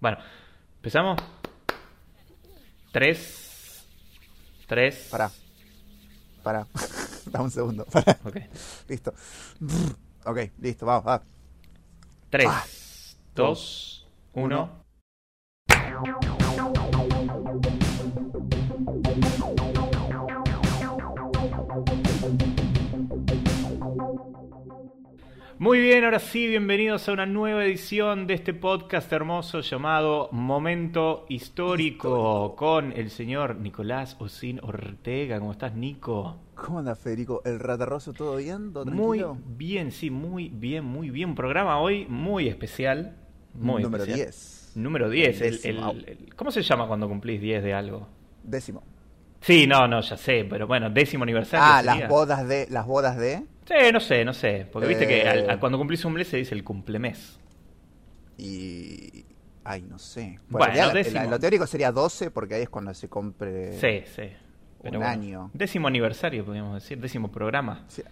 Bueno, ¿empezamos? Tres. Tres. Pará. Pará. Dame un segundo. Pará. Ok. Listo. Ok, listo, vamos, va. Tres. Ah. dos. Uno. Muy bien, ahora sí, bienvenidos a una nueva edición de este podcast hermoso llamado Momento Histórico, con el señor Nicolás Osín Ortega. ¿Cómo estás, Nico? ¿Cómo anda, Federico? ¿El ratarroso todo bien? ¿Todo Muy tranquilo? bien, sí, muy bien, muy bien. Un programa hoy muy especial. Muy Número especial. 10. Número 10. el- el- Décimo. el- ¿Cómo se llama cuando cumplís 10 de algo? Décimo. Sí, no, no, ya sé, pero bueno, décimo aniversario. Ah, sería. las bodas de. Las bodas de. Sí, no sé, no sé. Porque viste que al- Eh. a- cuando cumplís un mes se dice el cumplemés. Y. Ay, no sé. Bueno, realidad, décimo. la- lo teórico sería 12, porque ahí es cuando se compre. Sí, sí. Pero eh, un bueno, año. Décimo aniversario, podríamos decir. Décimo programa. Sí,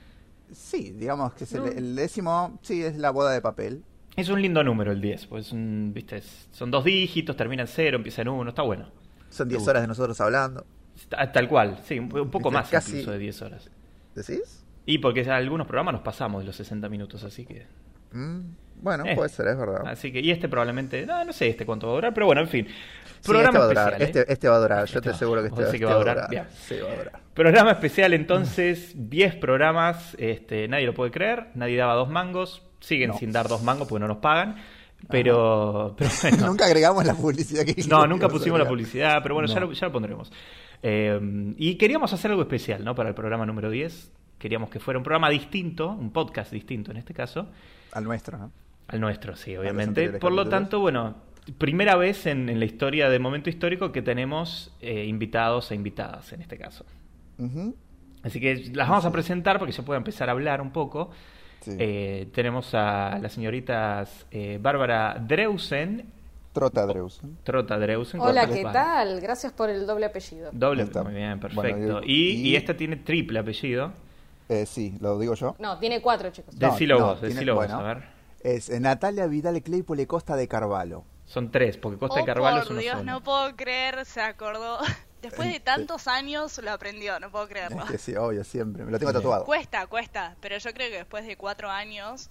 sí, digamos que es el, el décimo. Sí, es la boda de papel. Es un lindo número el 10. Pues, es un- viste, es- son dos dígitos, termina en cero, empieza en uno, está bueno. Son Me 10 gusta. horas de nosotros hablando. Está- ah, Tal cual, sí, un, un poco Viste, más casi- incluso de 10 horas. ¿Decís? Y porque en algunos programas nos pasamos de los 60 minutos, así que... Mm, bueno, Eh. puede ser, es verdad. Así que, y este probablemente, no, no sé este cuánto va a durar, pero bueno, en fin. Sí, Programa este va a durar, especial. ¿eh? este, este va a durar, yo Este te va- aseguro que vos este, decís que este va a durar, bien. Sí, va a durar. Programa especial entonces, 10 programas, este, nadie lo puede creer, nadie daba dos mangos, siguen No. sin dar dos mangos porque no nos pagan, pero, pero bueno. nunca agregamos la publicidad que No, dijimos nunca que íbamos a pusimos la agregar. publicidad, pero bueno, ya, No. lo, ya lo pondremos. Eh, y queríamos hacer algo especial, ¿no? Para el programa número 10. Queríamos que fuera un programa distinto, un podcast distinto en este caso, Al nuestro, ¿no? al nuestro, sí, los obviamente. anteriores Por lo capítulos. tanto, bueno, primera vez en, en la historia de Momento Histórico que tenemos eh, invitados e invitadas en este caso. Ujú. Así que las vamos a presentar porque ya puedo empezar a hablar un poco. Sí. Eh, tenemos a las señoritas eh, Bárbara Dreusen, Trota Dreusen. Trota Dreusen. Hola, Corta ¿qué Copa. tal? Gracias por el doble apellido. Doble, Ahí está. muy bien, perfecto. Bueno, y, y- y y- esta tiene triple apellido. Eh, sí, lo digo yo. No, tiene cuatro, chicos. No, Decilo no, vos, tiene- decilo vos, bueno. a ver. Es eh, Natalia Vidal Claypole Costa de Carvalho. Son tres, porque Costa Oh, de Carvalho es por uno Dios, solo. no puedo creer, se acordó. Después de tantos años lo aprendió, no puedo Es creerlo. que sí, obvio, siempre. Me lo tengo Bien. tatuado. Cuesta, cuesta, pero yo creo que después de cuatro años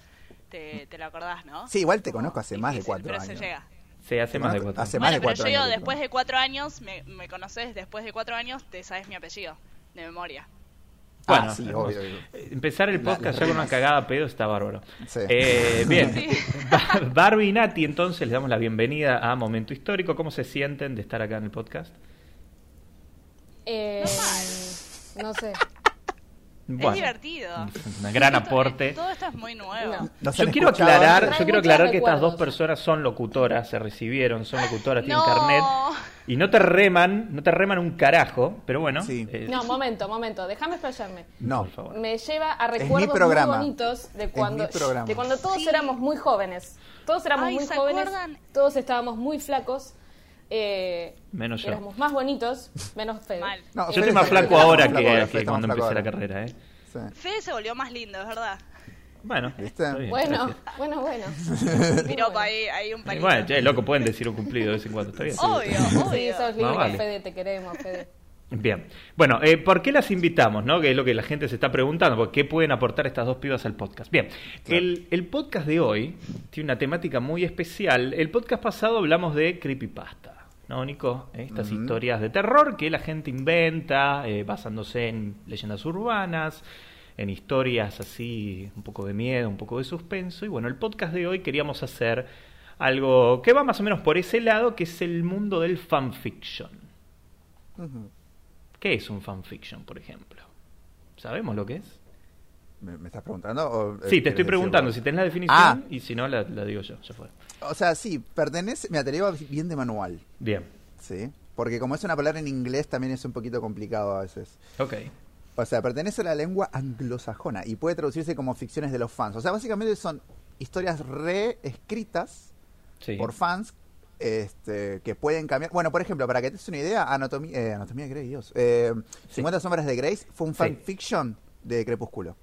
te, te lo acordás, ¿no? Sí, igual te Como conozco hace más de difícil, cuatro pero años. se llega. Sí, hace más de cuatro. Hace más bueno, de pero cuatro yo digo, años. después de cuatro años, me, me conoces, después de cuatro años te sabes mi apellido, de memoria. Bueno, Ah, sí, hermoso. obvio, obvio. Eh, Empezar el La- podcast las ya con una rimas. cagada a pedo está bárbaro. Sí. Eh, bien, Ba- Barbie y Nati, entonces les damos la bienvenida a Momento Histórico. ¿Cómo se sienten de estar acá en el podcast? Eh, no sé. Bueno, divertido. Un gran Esto- aporte. Todo esto es muy nuevo. No. Nos Yo han quiero, escuchado aclarar, antes. Trae yo quiero muchos aclaros que estas dos recuerdos. personas son locutoras, se recibieron, son locutoras, tienen No. carnet. Y no te reman, no te reman un carajo, pero bueno. Sí. eh, No, momento, momento. Déjame explayarme. No. por favor. Me lleva a mi recuerdos muy programa. bonitos de Es cuando, mi programa. de cuando todos Sí. éramos muy jóvenes. Todos éramos Ay, muy ¿se jóvenes. acuerdan? Todos estábamos muy flacos. eh, Menos yo. Éramos más bonitos, menos Fede. Mal. No, Yo Fede estoy más está- flaco Fede está ahora más que, flaco ahora, que Fede está cuando más flaco empecé la ahora. carrera, ¿eh? Sí. Fede se volvió más lindo, es verdad. Bueno, ¿Viste? está bien, Bueno, gracias. bueno, bueno. Piropa, ahí, ahí un Y palito. Bueno, che, loco, pueden decir un cumplido de vez en cuando, está bien. Obvio, Sí, obvio. No, sos libre, vale. Fede, te queremos, Fede. Bien. Bueno, eh, ¿por qué las invitamos? ¿no? Que es lo que la gente se está preguntando. ¿Por qué pueden aportar estas dos pibas al podcast? Bien, Claro. el, el podcast de hoy tiene una temática muy especial. El podcast pasado hablamos de creepypasta. ¿No, Nico? Eh, Estas Ujú. historias de terror que la gente inventa eh, basándose en leyendas urbanas, en historias así, un poco de miedo, un poco de suspenso. Y bueno, el podcast de hoy queríamos hacer algo que va más o menos por ese lado, que es el mundo del fanfiction. Ujú. ¿Qué es un fanfiction, por ejemplo? ¿Sabemos lo que es? ¿Me, me estás preguntando? sí, o, eh, te quieres estoy Eh, decir preguntando. vos? Si tenés la definición Ah. y si no, la, la digo yo. Ya fue. O sea, sí, pertenece. Me atrevo bien de manual. Bien. Sí, porque como es una palabra en inglés también es un poquito complicado a veces. Ok. O sea, pertenece a la lengua anglosajona y puede traducirse como ficciones de los fans. O sea, básicamente son historias reescritas Sí. por fans este, que pueden cambiar. Bueno, por ejemplo, para que te des una idea, Anatomía, eh, Anatomía de Grey, Dios. Eh, 50 Sombras de Grey fue un Sí. fanfiction de Crepúsculo.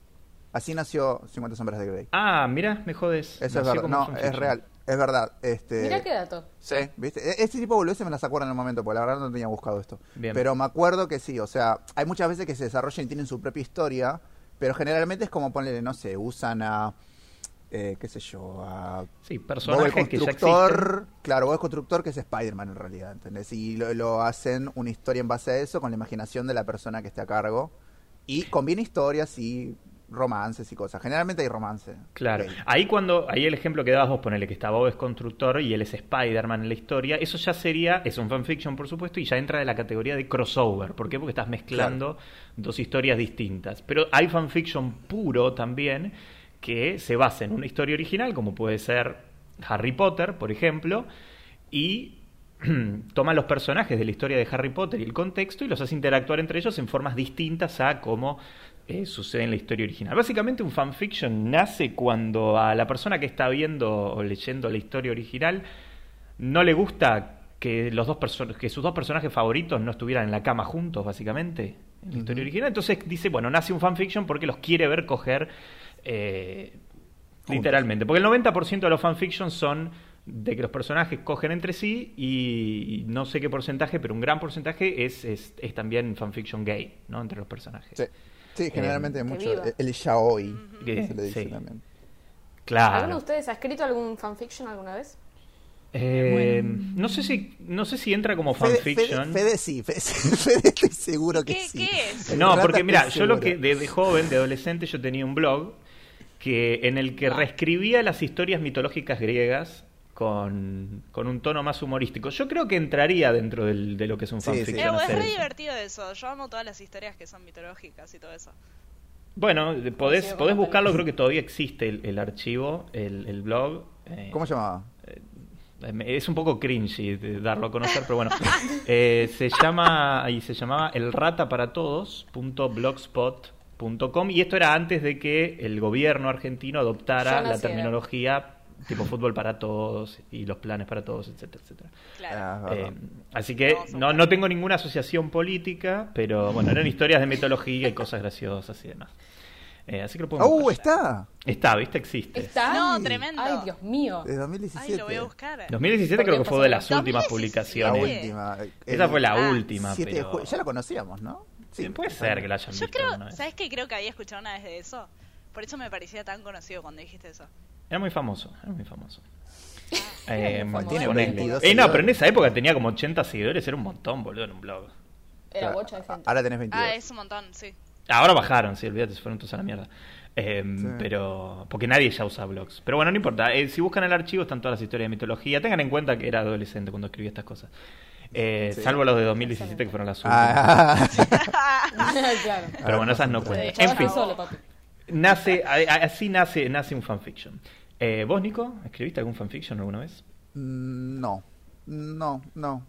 Así nació 50 Sombras de Grey. Ah, mira, me jodes. Eso Nació es verdad. como No, fanfiction. es real. Es verdad. Eh, Este, Mirá qué dato. Sí, ¿viste? E- Este tipo de boludeces me las acuerdo en el momento, porque la verdad no tenía buscado esto. Bien. Pero me acuerdo que sí, o sea, hay muchas veces que se desarrollan y tienen su propia historia, pero generalmente es como ponerle, no sé, usan a. eh, qué sé yo, a. Sí, Bob el personajes que ya existen. constructor, claro, Bob el constructor que es Spider-Man en realidad, ¿entendés? Y lo, lo hacen una historia en base a eso, con la imaginación de la persona que esté a cargo. Y combina historias y romances y cosas. Generalmente hay romance. Claro. Gay. Ahí cuando, ahí el ejemplo que dabas vos, ponele que está Bob es constructor y él es Spider-Man en la historia, eso ya sería, es un fanfiction por supuesto, y ya entra de la categoría de crossover. ¿Por qué? Porque estás mezclando dos historias distintas. Pero hay fanfiction puro también que se basa en una historia original, como puede ser Harry Potter, por ejemplo, y toma los personajes de la historia de Harry Potter y el contexto y los hace interactuar entre ellos en formas distintas a cómo eh, sucede en la historia original. Básicamente un fanfiction nace cuando a la persona que está viendo o leyendo la historia original no le gusta que, los dos perso- que sus dos personajes favoritos no estuvieran en la cama juntos, básicamente, en la historia original. Entonces dice, bueno, nace un fanfiction porque los quiere ver coger eh, literalmente. Porque el 90% de los fanfictions son de que los personajes cogen entre sí y, y no sé qué porcentaje, pero un gran porcentaje es, es, es también fanfiction gay, ¿no? Entre los personajes. Sí, Sí, generalmente Eh, que mucho. viva. El, el yaoi, Que- se le dice sí. también. ¿Alguno de Claro. ustedes ha escrito algún fanfiction alguna vez? Eh, no sé si no sé si entra como Fede, fanfiction. Fede- Fede sí, Fede, Fede estoy seguro que ¿Qué- sí. qué es? El No, rata porque estoy mira, yo lo seguro. que desde joven, de adolescente, yo tenía un blog que en el Ah. que reescribía las historias mitológicas griegas con, con un tono más humorístico. Yo creo que entraría dentro del- de lo que es un Sí, sí. Eh, fanfiction. es hacer re eso. divertido eso. Yo amo todas las historias que son mitológicas y todo eso. Bueno, de- podés, Sí, podés bueno, buscarlo, creo que todavía existe el, el archivo, el, el blog. eh, ¿Cómo se llamaba? eh, me- Es un poco cringy de darlo a conocer, pero bueno. Eh, se llama y se llamaba elrataparatodos.blogspot.com y esto era antes de que el gobierno argentino adoptara Yo la naciera. terminología tipo fútbol para todos y los planes para todos, etcétera, etcétera. Claro. Ah, es Eh, verdad. así que No, son no, buenas. no tengo ninguna asociación política, pero bueno, eran historias de mitología y cosas graciosas y demás. Eh, así que lo podemos ¡Oh, buscar. está! Está, viste, existe. ¿Está? No, tremendo. Ay, Dios mío. Eh, De Ay, 2017. lo voy a buscar. 2017 creo que fue de las últimas 2017. La publicaciones. última. Esa fue la Ah, última, 7 de pero... julio. Ya la conocíamos, ¿no? Sí, puede ser que la hayan Yo visto creo, alguna vez. ¿sabes qué? Creo que había escuchado una vez de eso. Por eso me parecía tan conocido cuando dijiste eso. Era muy famoso, era muy famoso. Eh, muy famoso. tiene Tiene 22 Eh, no, pero en seguidores. esa época tenía como 80 seguidores, era un montón, boludo, en un blog. Era Claro, bocha de gente. Ahora tenés 22. Ah, es un montón, sí. Ahora bajaron, sí, olvídate, se fueron todos a la mierda. Eh, Sí. Pero. Porque nadie ya usa blogs. Pero bueno, no importa. eh, si buscan el archivo, están todas las historias de mitología. Tengan en cuenta que era adolescente cuando escribí estas cosas. Eh, Sí. Salvo los de 2017 que fueron las últimas. Ah, claro. Pero bueno, esas no Se cuentan. echaba En fin, solo, papi. nace, a- a- así nace, nace un fanfiction. Eh, ¿Vos, Nico, escribiste algún fanfiction alguna vez? Mm, No, no, no.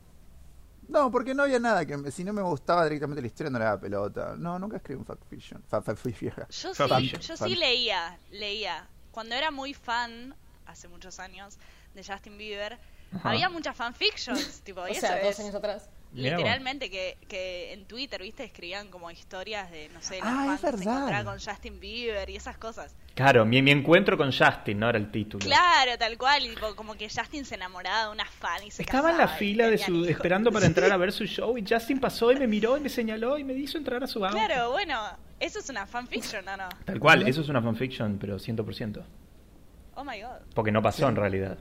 No, porque no había nada que... me- Si no me gustaba directamente la historia, no le daba pelota. No, nunca escribí un fanfiction. Fa- fanfiction. Yo Fan sí, fiction, yo fan. sí leía, leía. Cuando era muy fan, hace muchos años, de Justin Bieber, Ajá. había muchas fanfictions, tipo, O y sea, eso dos es años atrás. Mirá vos. literalmente que, que en Twitter, viste, escribían como historias de, no sé, Ah, la es fan que se verdad. encontraba con Justin Bieber y esas cosas. Claro, mi, mi encuentro con Justin, ¿no? Era el título. Claro, tal cual, y tipo, como que Justin se enamoraba de una fan y se Estaba en la casaba y fila de tenían su, hijos. esperando para entrar a ver su show y Justin pasó y me miró y me señaló y me hizo entrar a su auto. Claro, bueno, eso es una fanfiction, ¿o no? Tal cual, eso es una fanfiction, pero 100%. Oh my god. Porque no pasó en realidad.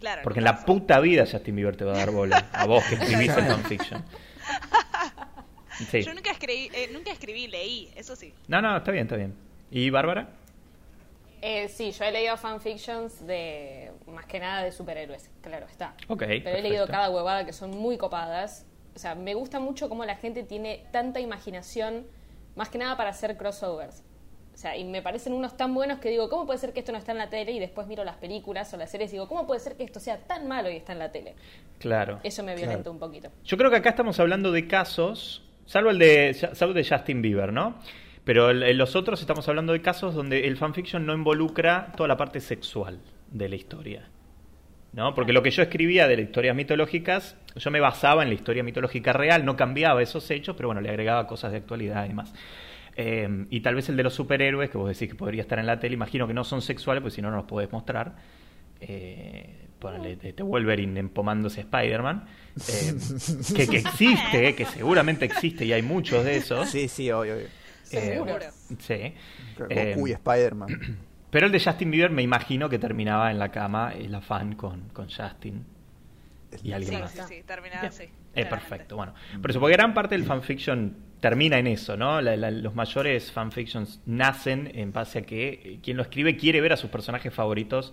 Claro. Porque no en la pasa. puta vida Justin Bieber te va a dar bola. A vos que escribís el fanfiction. Sí. Yo nunca escribí, eh, nunca escribí, leí, eso sí. No, no, está bien, está bien. ¿Y Bárbara? Eh, sí, yo he leído fanfictions de más que nada de superhéroes, claro está. Ok, Pero he perfecto. leído cada huevada que son muy copadas. O sea, me gusta mucho cómo la gente tiene tanta imaginación, más que nada para hacer crossovers. O sea, y me parecen unos tan buenos que digo, ¿cómo puede ser que esto no está en la tele? Y después miro las películas o las series y digo, ¿cómo puede ser que esto sea tan malo y está en la tele? Claro. Eso me violenta un poquito. Yo creo que acá estamos hablando de casos, salvo el de, salvo el de Justin Bieber, ¿no? Pero el- el- los otros estamos hablando de casos donde el fanfiction no involucra toda la parte sexual de la historia. ¿No? Porque lo que yo escribía de las historias mitológicas, yo me basaba en la historia mitológica real, no cambiaba esos hechos, pero bueno, le agregaba cosas de actualidad y demás. Eh, y tal vez el de los superhéroes, que vos decís que podría estar en la tele, imagino que no son sexuales, pues si no, no los podés mostrar. eh, ponele, este Wolverine empomándose a Spider-Man, eh, que, que existe, eh, que seguramente existe y hay muchos de esos. Eh, Sí, sí, obvio. obvio. Seguro. Seguro. sí. Eh, Goku y Spider-Man. Pero el de Justin Bieber me imagino que terminaba en la cama eh, la fan con, con Justin y alguien Sí, más. sí, sí, terminada Bien. así. Eh, claramente. perfecto, bueno. Por eso, porque gran parte del fanfiction termina en eso, ¿no? La- la- los mayores fanfictions nacen en base a que eh, quien lo escribe quiere ver a sus personajes favoritos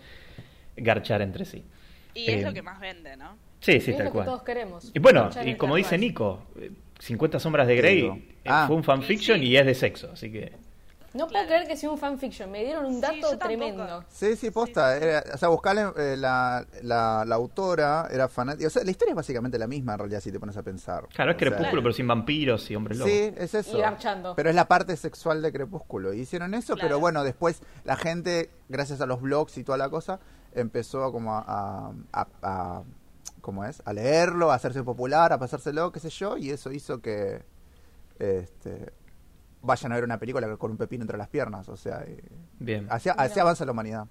garchar entre sí. Y es Eh, lo que más vende, ¿no? Sí, Y sí, es tal lo cual. que todos queremos. Y bueno, Escuchar y el como tal dice cual. Nico, eh, 50 sombras de Grey Digo. eh, Ah. fue un fanfiction Sí, sí. y es de sexo, así que... No puedo Claro. creer que sea un fanfiction. Me dieron un Sí, dato yo tampoco. tremendo. Sí, sí, posta. era- o sea, buscarle la, la, la autora, era fanática. O sea, la historia es básicamente la misma en realidad si te pones a pensar. Claro, es O sea, Crepúsculo, pero sin vampiros y hombres lobos. Sí, es eso. Y garchando. Pero es la parte sexual de Crepúsculo. Hicieron eso, Claro. pero bueno, después la gente, gracias a los blogs y toda la cosa, empezó como a, a, a- a- ¿cómo es? A leerlo, a hacerse popular, a pasárselo, qué sé yo, y eso hizo que este, vayan a ver una película con un pepino entre las piernas. O sea, y- Bien. así, así Mira. avanza la humanidad.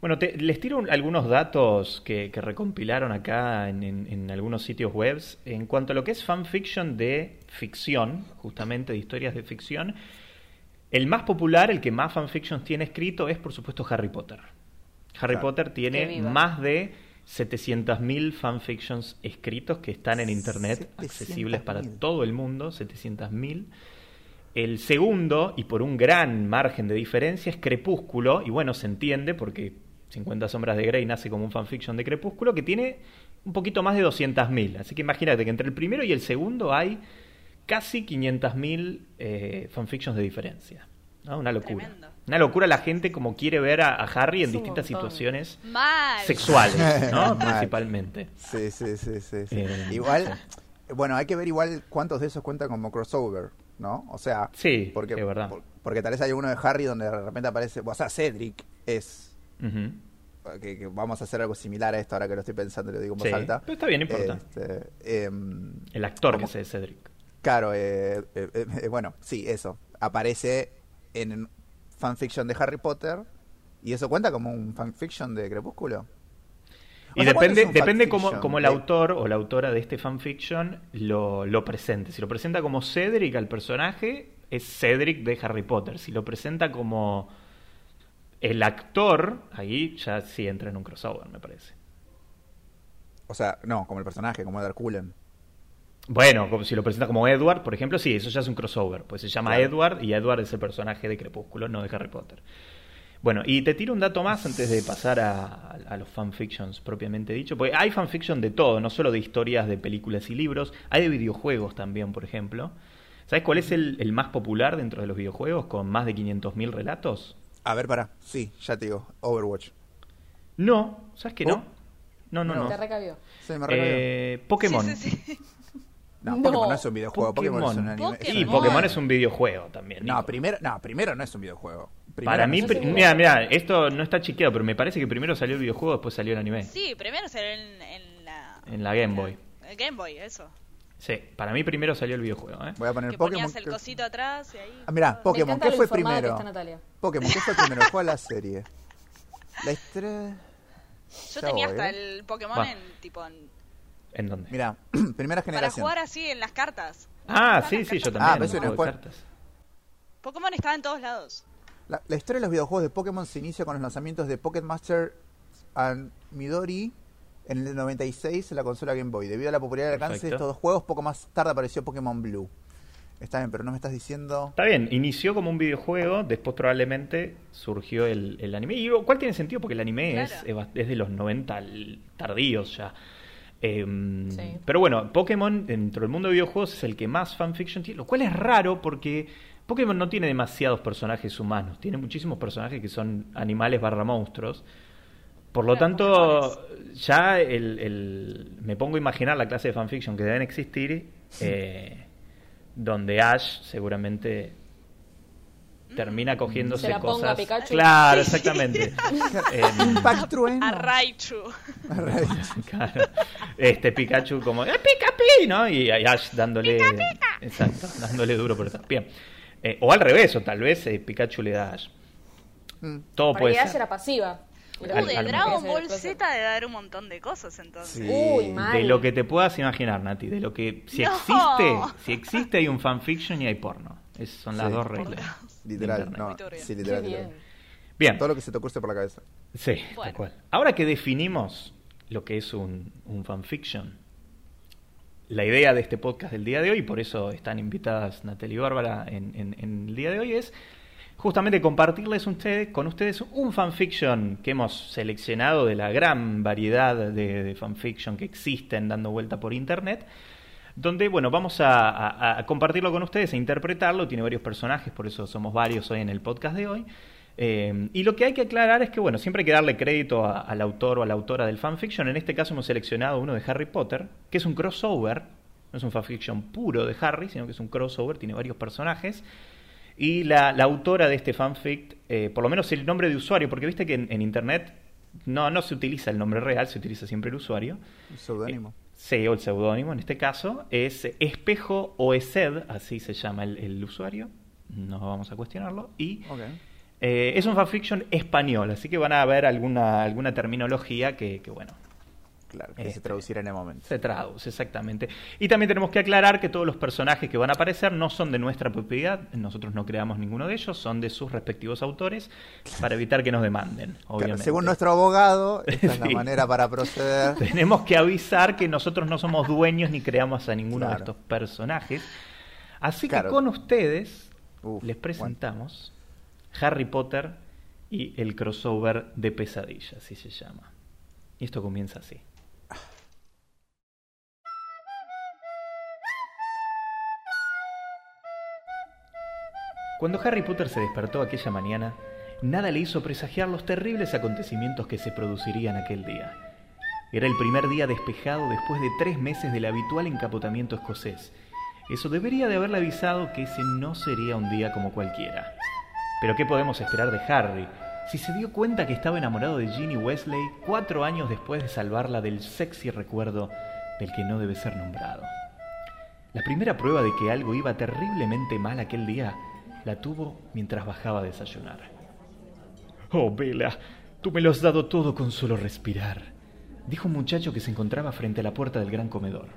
Bueno, te- les tiro un- algunos datos que, que recompilaron acá en, en- en algunos sitios webs. En cuanto a lo que es fanfiction de ficción, justamente de historias de ficción, el más popular, el que más fanfictions tiene escrito, es por supuesto Harry Potter. Harry Claro. Potter Que tiene viva. más de 700.000 fanfictions escritos que están en internet, accesibles para 700.000. todo el mundo, 700.000. El segundo, y por un gran margen de diferencia, es Crepúsculo, y bueno, se entiende porque 50 sombras de Grey nace como un fanfiction de Crepúsculo, que tiene un poquito más de 200.000. Así que imagínate que entre el primero y el segundo hay casi 500.000 eh, fanfictions de diferencia. ¿no? Una locura. Tremendo. Una locura la gente como quiere ver a, a Harry en Es un distintas montón. situaciones Mal. sexuales, ¿no? Mal. Principalmente. Sí, sí, sí, sí. sí. Eh, igual, bueno, hay que ver igual cuántos de esos cuentan como crossover, ¿no? O sea, Sí, porque, es verdad. por- porque tal vez hay uno de Harry donde de repente aparece, o sea, Cedric es, Ujú. que, que vamos a hacer algo similar a esto ahora que lo estoy pensando y lo digo en voz Sí, alta. pero está bien, no importa. Este, em, El actor que ¿Cómo? se Cedric. claro, eh, eh, eh, eh, bueno, sí, eso. Aparece en fanfiction de Harry Potter y eso cuenta como un fanfiction de Crepúsculo. Y O sea, ¿cuánto depende, es un depende fanfiction? cómo, cómo el Eh, autor o la autora de este fanfiction lo, lo presente. Si lo presenta como Cedric al personaje, es Cedric de Harry Potter. Si lo presenta como el actor, ahí ya sí entra en un crossover, me parece. O sea, no, como el personaje, como Edward Cullen. Bueno, como si lo presenta como Edward, por ejemplo, sí, eso ya es un crossover. Pues se llama Claro. Edward y Edward es el personaje de Crepúsculo, no de Harry Potter. Bueno, y te tiro un dato más antes de pasar a, a los fanfictions propiamente dicho. Porque hay fanfiction de todo, no solo de historias, de películas y libros. Hay de videojuegos también, por ejemplo. ¿Sabes cuál es el, el más popular dentro de los videojuegos con más de 500.000 relatos? A ver, para. Sí, ya te digo, Overwatch. No, ¿sabes que no? Oh. No, no, no. Te recabió. Se me regaló. Eh, Pokémon. Sí, sí, sí. No, no. Pokémon no es un videojuego, Pokémon, es un anime. es Y un- Pokémon. Pokémon es un videojuego también. No, Nico. primero, no, primero no es un videojuego. Primero Para no mí, es un pri- seguro. mira, mira, esto no está chequeado, pero me parece que primero salió el videojuego, después salió el anime. Sí, primero salió en, en la... En la Game Boy. El Game Boy, eso. Sí, para mí primero salió el videojuego, ¿eh? Voy a poner Que Pokémon. ponías el cosito atrás y ahí... Ah, mirá, todo. Me Pokémon, encanta ¿qué lo fue informada que primero? está Natalia. Pokémon, ¿qué fue primero? ¿Cuál la serie? La estrella. Yo Ya tenía voy, hasta ¿eh? el Pokémon Va. en tipo... en- ¿En dónde? Mira, primera Para generación. jugar así en las cartas. Ah, sí, sí, yo Ah, también. pero eso un no juego de fue- cartas. Ah. Pokémon estaba en todos lados. La, la historia de los videojuegos de Pokémon se inicia con los lanzamientos de Pocket Master and Midori en el 96 en la consola Game Boy. Debido a la popularidad del alcance de Perfecto. estos dos juegos, poco más tarde apareció Pokémon Blue. Está bien, pero no me estás diciendo. Está bien, inició como un videojuego, después probablemente surgió el, el anime. Y digo, ¿cuál tiene sentido? Porque el anime Claro. es, es bast- es de los 90 l- tardíos ya. Em, Sí. Pero bueno, Pokémon dentro del mundo de videojuegos es el que más fanfiction tiene, lo cual es raro porque Pokémon no tiene demasiados personajes humanos, tiene muchísimos personajes que son animales barra monstruos. Por lo Claro, tanto, ya el, el- me pongo a imaginar la clase de fanfiction que deben existir, eh, donde Ash seguramente termina cogiéndose Mm. Se la ponga cosas. a Pikachu. Claro, exactamente. Em, Un pack trueno. A Raichu. Claro. Este Pikachu como ¡Eh, pica pi", ¿no? Y y Ash dándole exacto, dándole duro por atrás. Bien. Eh, o al revés, o tal vez eh, Pikachu le da a Ash. Mm. Todo Porque puede ella ser. era pasiva. Uh, Al- de al- Dragon Ese Ball crossover. Z de dar un montón de cosas entonces. Sí. Uy, mal. De lo que te puedas imaginar, Nati. De lo que. Si No. existe, si existe, hay un fanfiction y hay porno. Esas son las Sí. dos reglas. de Literal, internet. no. Muy turbio. Sí, Qué literal, bien. literal. Bien. Todo lo que se te ocurre por la cabeza. Sí, tal Bueno. cual. Ahora que definimos lo que es un, un fanfiction, la idea de este podcast del día de hoy, y por eso están invitadas Natalie y Bárbara en, en- en el día de hoy, es justamente compartirles ustedes, con ustedes un fanfiction que hemos seleccionado de la gran variedad de, de fanfiction que existen dando vuelta por internet donde, bueno, vamos a, a- a compartirlo con ustedes, a interpretarlo, tiene varios personajes, por eso somos varios hoy en el podcast de hoy. Eh, y lo que hay que aclarar es que, bueno, siempre hay que darle crédito a- al autor o a la autora del fanfiction, en este caso hemos seleccionado uno de Harry Potter, que es un crossover, no es un fanfiction puro de Harry, sino que es un crossover, tiene varios personajes. Y la, la autora de este fanfic, eh, por lo menos el nombre de usuario, porque viste que en, en internet no, no se utiliza el nombre real, se utiliza siempre el usuario. Un seudónimo. Sí, o el seudónimo en este caso es Espejo Oesed, así se llama el, el usuario. No vamos a cuestionarlo. Y Ok. eh, es un fanfiction español, así que van a ver alguna, alguna terminología que, que, bueno, Claro, que Este. se traducirá en el momento. se traduce exactamente. Y también tenemos que aclarar que todos los personajes que van a aparecer no son de nuestra propiedad, nosotros no creamos ninguno de ellos, son de sus respectivos autores para evitar que nos demanden, Claro, obviamente. según nuestro abogado, esta es la Sí. manera para proceder. Tenemos que avisar que nosotros no somos dueños ni creamos a ninguno de Claro. estos personajes. Así Claro. que con ustedes Uf, les presentamos Harry Potter y el crossover de pesadilla, así se llama. Y esto comienza así. Cuando Harry Potter se despertó aquella mañana, nada le hizo presagiar los terribles acontecimientos que se producirían aquel día. Era el primer día despejado después de tres meses del habitual encapotamiento escocés. Eso debería de haberle avisado que ese no sería un día como cualquiera. Pero ¿qué podemos esperar de Harry si se dio cuenta que estaba enamorado de Ginny Wesley cuatro años después de salvarla del sexy recuerdo del que no debe ser nombrado? La primera prueba de que algo iba terriblemente mal aquel día la tuvo mientras bajaba a desayunar. Oh, Vela, tú me lo has dado todo con solo respirar, dijo un muchacho que se encontraba frente a la puerta del gran comedor.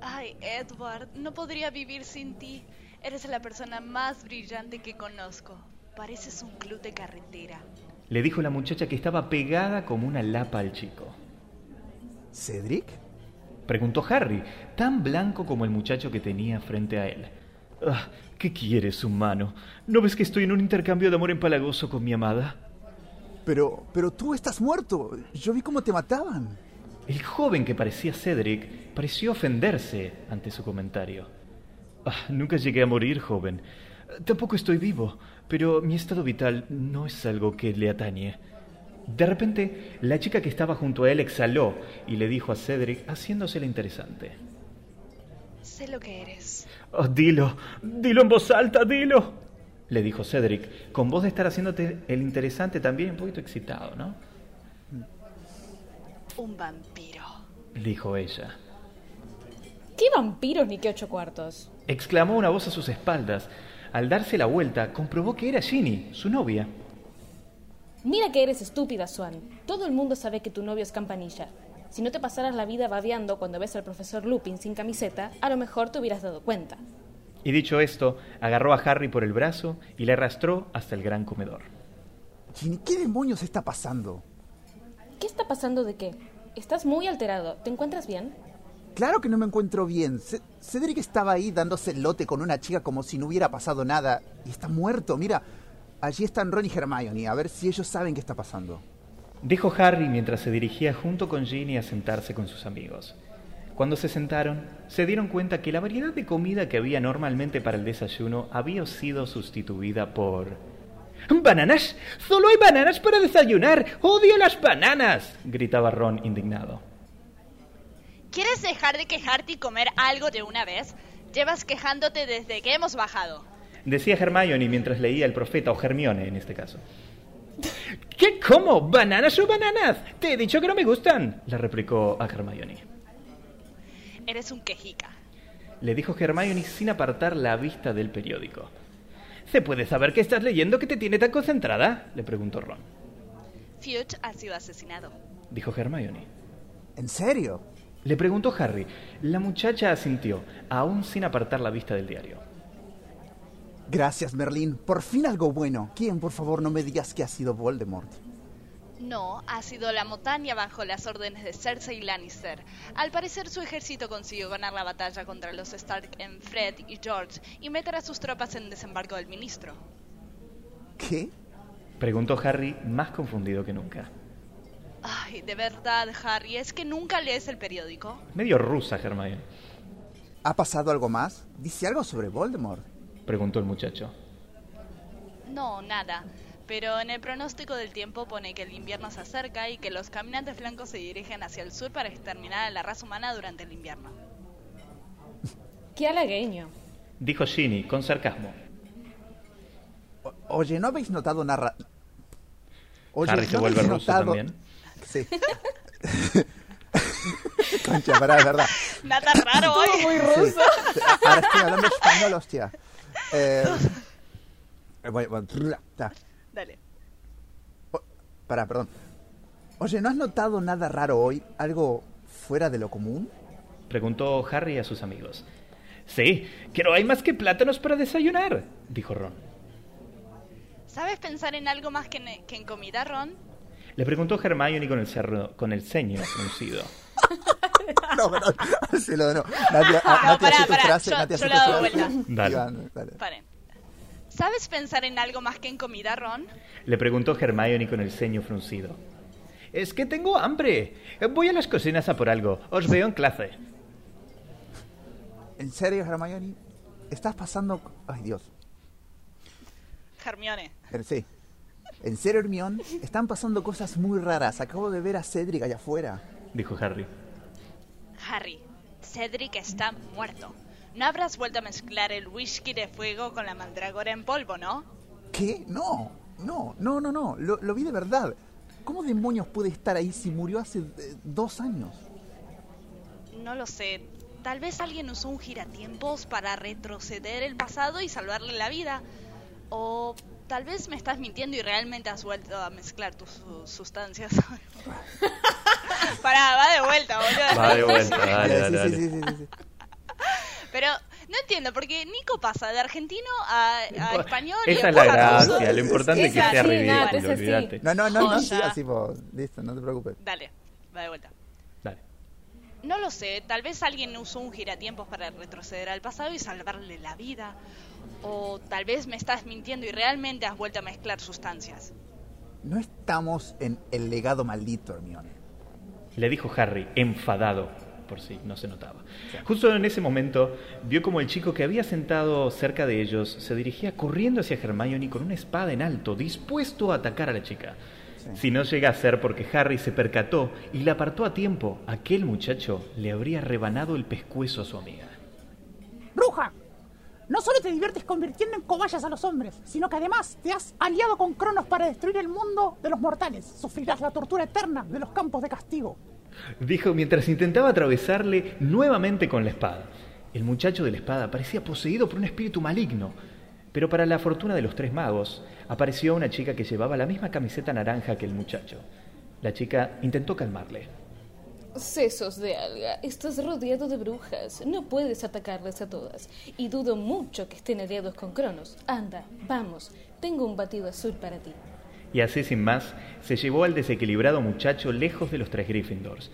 Ay, Edward, no podría vivir sin ti. Eres la persona más brillante que conozco. Pareces un club de carretera. Le dijo la muchacha que estaba pegada como una lapa al chico. ¿Cedric? Preguntó Harry, tan blanco como el muchacho que tenía frente a él. Ah, ¿Qué quieres, humano? ¿No ves que estoy en un intercambio de amor empalagoso con mi amada? Pero, pero tú estás muerto. Yo vi cómo te mataban. El joven que parecía Cedric pareció ofenderse ante su comentario. "Ah, nunca llegué a morir, joven. Tampoco estoy vivo, pero mi estado vital no es algo que le atañe. De repente, la chica que estaba junto a él exhaló y le dijo a Cedric, haciéndosele interesante. Sé lo que eres. Oh, dilo, dilo en voz alta, dilo. Le dijo Cedric, con voz de estar haciéndote el interesante también, un poquito excitado, ¿no? Un vampiro. Dijo ella. ¿Qué vampiros ni qué ocho cuartos? Exclamó una voz a sus espaldas. Al darse la vuelta, comprobó que era Ginny, su novia. Mira que eres estúpida, Swan. Todo el mundo sabe que tu novio es campanilla. Si no te pasaras la vida babeando cuando ves al profesor Lupin sin camiseta, a lo mejor te hubieras dado cuenta. Y dicho esto, agarró a Harry por el brazo y le arrastró hasta el gran comedor. Ginny, ¿qué demonios está pasando? ¿Qué está pasando de qué? Estás muy alterado. ¿Te encuentras bien? Claro que no me encuentro bien. Ce- Cedric estaba ahí dándose el lote con una chica como si no hubiera pasado nada. Y está muerto, mira. Allí están Ron y Hermione. A ver si ellos saben qué está pasando. Dijo Harry mientras se dirigía junto con Ginny a sentarse con sus amigos. Cuando se sentaron, se dieron cuenta que la variedad de comida que había normalmente para el desayuno había sido sustituida por... ¡Bananas! ¡Solo hay bananas para desayunar! ¡Odio las bananas! gritaba Ron indignado. ¿Quieres dejar de quejarte y comer algo de una vez? Llevas quejándote desde que hemos bajado. Decía Hermione mientras leía el profeta, o Hermione en este caso. ¿Qué? ¿Cómo? ¿Bananas o bananas? Te he dicho que no me gustan, le replicó a Hermione. Eres un quejica. Le dijo Hermione sin apartar la vista del periódico. ¿Se puede saber qué estás leyendo que te tiene tan concentrada? le preguntó Ron. Fuchs ha sido asesinado. dijo Hermione. ¿En serio? Le preguntó Harry. La muchacha asintió, aún sin apartar la vista del diario. Gracias, Merlín. Por fin algo bueno. ¿Quién, por favor, no me digas que ha sido Voldemort? No, ha sido la Motania bajo las órdenes de Cersei Lannister. Al parecer su ejército consiguió ganar la batalla contra los Stark en Fred y George y meter a sus tropas en desembarco del ministro. ¿Qué? Preguntó Harry, más confundido que nunca. Ay, de verdad, Harry, es que nunca lees el periódico. Medio rusa, Hermione, ¿Ha pasado algo más? ¿Dice algo sobre Voldemort? preguntó el muchacho. No, nada. Pero en el pronóstico del tiempo pone que el invierno se acerca y que los caminantes blancos se dirigen hacia el sur para exterminar a la raza humana durante el invierno. Qué halagueño. Dijo Ginny, con sarcasmo. O- Oye, ¿no habéis notado una ra- Oye, Harry se ¿no vuelve habéis ruso notado- también. Sí. Concha, pará, es verdad. Nada raro hoy. ruso. Ahora estoy hablando español, hostia. Eh, eh, voy- voy- trla, ta. Dale. O- Pará, perdón. Oye, ¿no has notado nada raro hoy? ¿Algo fuera de lo común? Preguntó Harry a sus amigos. Sí, pero hay más que plátanos para desayunar, dijo Ron. ¿Sabes pensar en algo más que en, que en comida, Ron? Le preguntó Hermione con el, cerro, con el ceño fruncido. No, perdón. Sí, no, no. Nati, a- No, Nati, pará, hace tu pará, frase, yo- Nati, yo hace tu la doy frase. vuelta. Dale. Iván, dale. Paren. ¿Sabes pensar en algo más que en comida, Ron? Le preguntó Hermione con el ceño fruncido. Es que tengo hambre. Voy a las cocinas a por algo. Os veo en clase. ¿En serio, Hermione? ¿Estás pasando...? Ay, Dios. Hermione. Pero sí. ¿En serio, Hermión? Están pasando cosas muy raras. Acabo de ver a Cedric allá afuera. Dijo Harry. Harry, Cedric está muerto. No habrás vuelto a mezclar el whisky de fuego con la mandragora en polvo, ¿no? ¿Qué? No, no, no, no, no. Lo, lo vi de verdad. ¿Cómo demonios puede estar ahí si murió hace eh, dos años? No lo sé. Tal vez alguien usó un giratiempos para retroceder el pasado y salvarle la vida. O tal vez me estás mintiendo y realmente has vuelto a mezclar tus su- sustancias. Pará, va de vuelta, boludo. Va de vuelta, dale, Sí, dale, sí, dale. sí, sí, sí, sí. Pero no entiendo, porque Nico pasa de argentino a, a español y Esa es la después a ruso. gracia. Lo importante es que Es sea así, ridículo, Nat, es así. olvídate. No, no, no, no, Joya. sí, así, po. Listo, no te preocupes. Dale, va de vuelta. Dale. No lo sé, tal vez alguien usó un giratiempos para retroceder al pasado y salvarle la vida. O tal vez me estás mintiendo y realmente has vuelto a mezclar sustancias. No estamos en el legado maldito, Hermione. Le dijo Harry, enfadado, por si no se notaba. Justo en ese momento, vio como el chico que había sentado cerca de ellos se dirigía corriendo hacia Hermione con una espada en alto, dispuesto a atacar a la chica. Sí. Si no llega a ser porque Harry se percató y la apartó a tiempo, aquel muchacho le habría rebanado el pescuezo a su amiga. Bruja, no solo te diviertes convirtiendo en cobayas a los hombres, sino que además te has aliado con Cronos para destruir el mundo de los mortales. Sufrirás la tortura eterna de los campos de castigo. Dijo mientras intentaba atravesarle nuevamente con la espada. El muchacho de la espada parecía poseído por un espíritu maligno, pero para la fortuna de los tres magos, apareció una chica que llevaba la misma camiseta naranja que el muchacho. La chica intentó calmarle. Sesos de alga, estás rodeado de brujas, no puedes atacarlas a todas. Y dudo mucho que estén aliados con Cronos. Anda, vamos, tengo un batido azul para ti. Y así sin más, se llevó al desequilibrado muchacho lejos de los tres Gryffindors.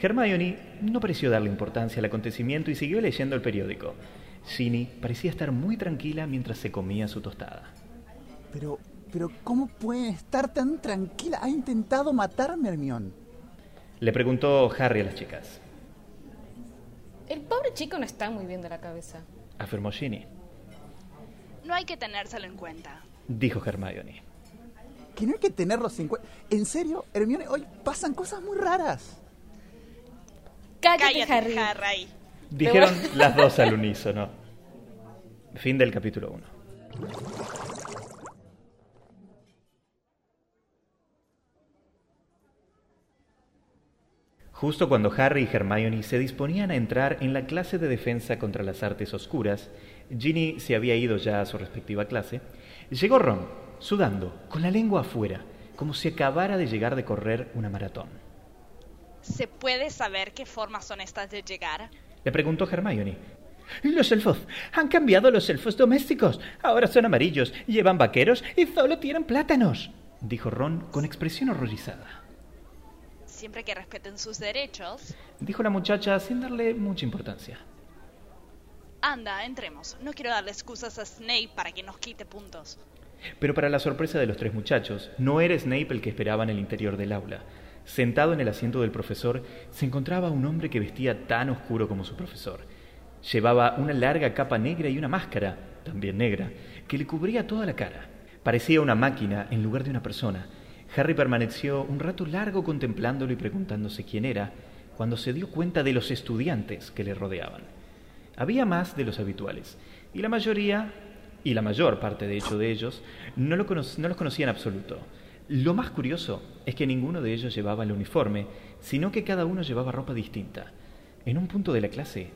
Hermione no pareció darle importancia al acontecimiento y siguió leyendo el periódico. Ginny parecía estar muy tranquila mientras se comía su tostada. Pero, pero, ¿cómo puede estar tan tranquila? Ha intentado matarme, Hermione. Le preguntó Harry a las chicas. El pobre chico no está muy bien de la cabeza. afirmó Ginny. No hay que tenérselo en cuenta. Dijo Hermione. Que no hay que tenerlos en cuenta. En serio, Hermione, hoy pasan cosas muy raras. Cállate, Cállate, Harry. Harry. Dijeron las dos al unísono. Fin del capítulo 1. Justo cuando Harry y Hermione se disponían a entrar en la clase de defensa contra las artes oscuras, Ginny se había ido ya a su respectiva clase, llegó Ron, sudando, con la lengua afuera, como si acabara de llegar de correr una maratón. ¿Se puede saber qué formas son estas de llegar? Le preguntó Hermione. Los elfos. Han cambiado los elfos domésticos. Ahora son amarillos, llevan vaqueros y solo tienen plátanos. Dijo Ron con expresión horrorizada. Siempre que respeten sus derechos. Dijo la muchacha sin darle mucha importancia. Anda, entremos. No quiero darle excusas a Snape para que nos quite puntos. Pero para la sorpresa de los tres muchachos, no era Snape el que esperaba en el interior del aula. Sentado en el asiento del profesor, se encontraba un hombre que vestía tan oscuro como su profesor. Llevaba una larga capa negra y una máscara, también negra, que le cubría toda la cara. Parecía una máquina en lugar de una persona. Harry permaneció un rato largo contemplándolo y preguntándose quién era, cuando se dio cuenta de los estudiantes que le rodeaban. Había más de los habituales, y la mayoría, y la mayor parte de hecho de ellos, no, lo cono- no los conocía en absoluto. Lo más curioso es que ninguno de ellos llevaba el uniforme, sino que cada uno llevaba ropa distinta. En un punto de la clase,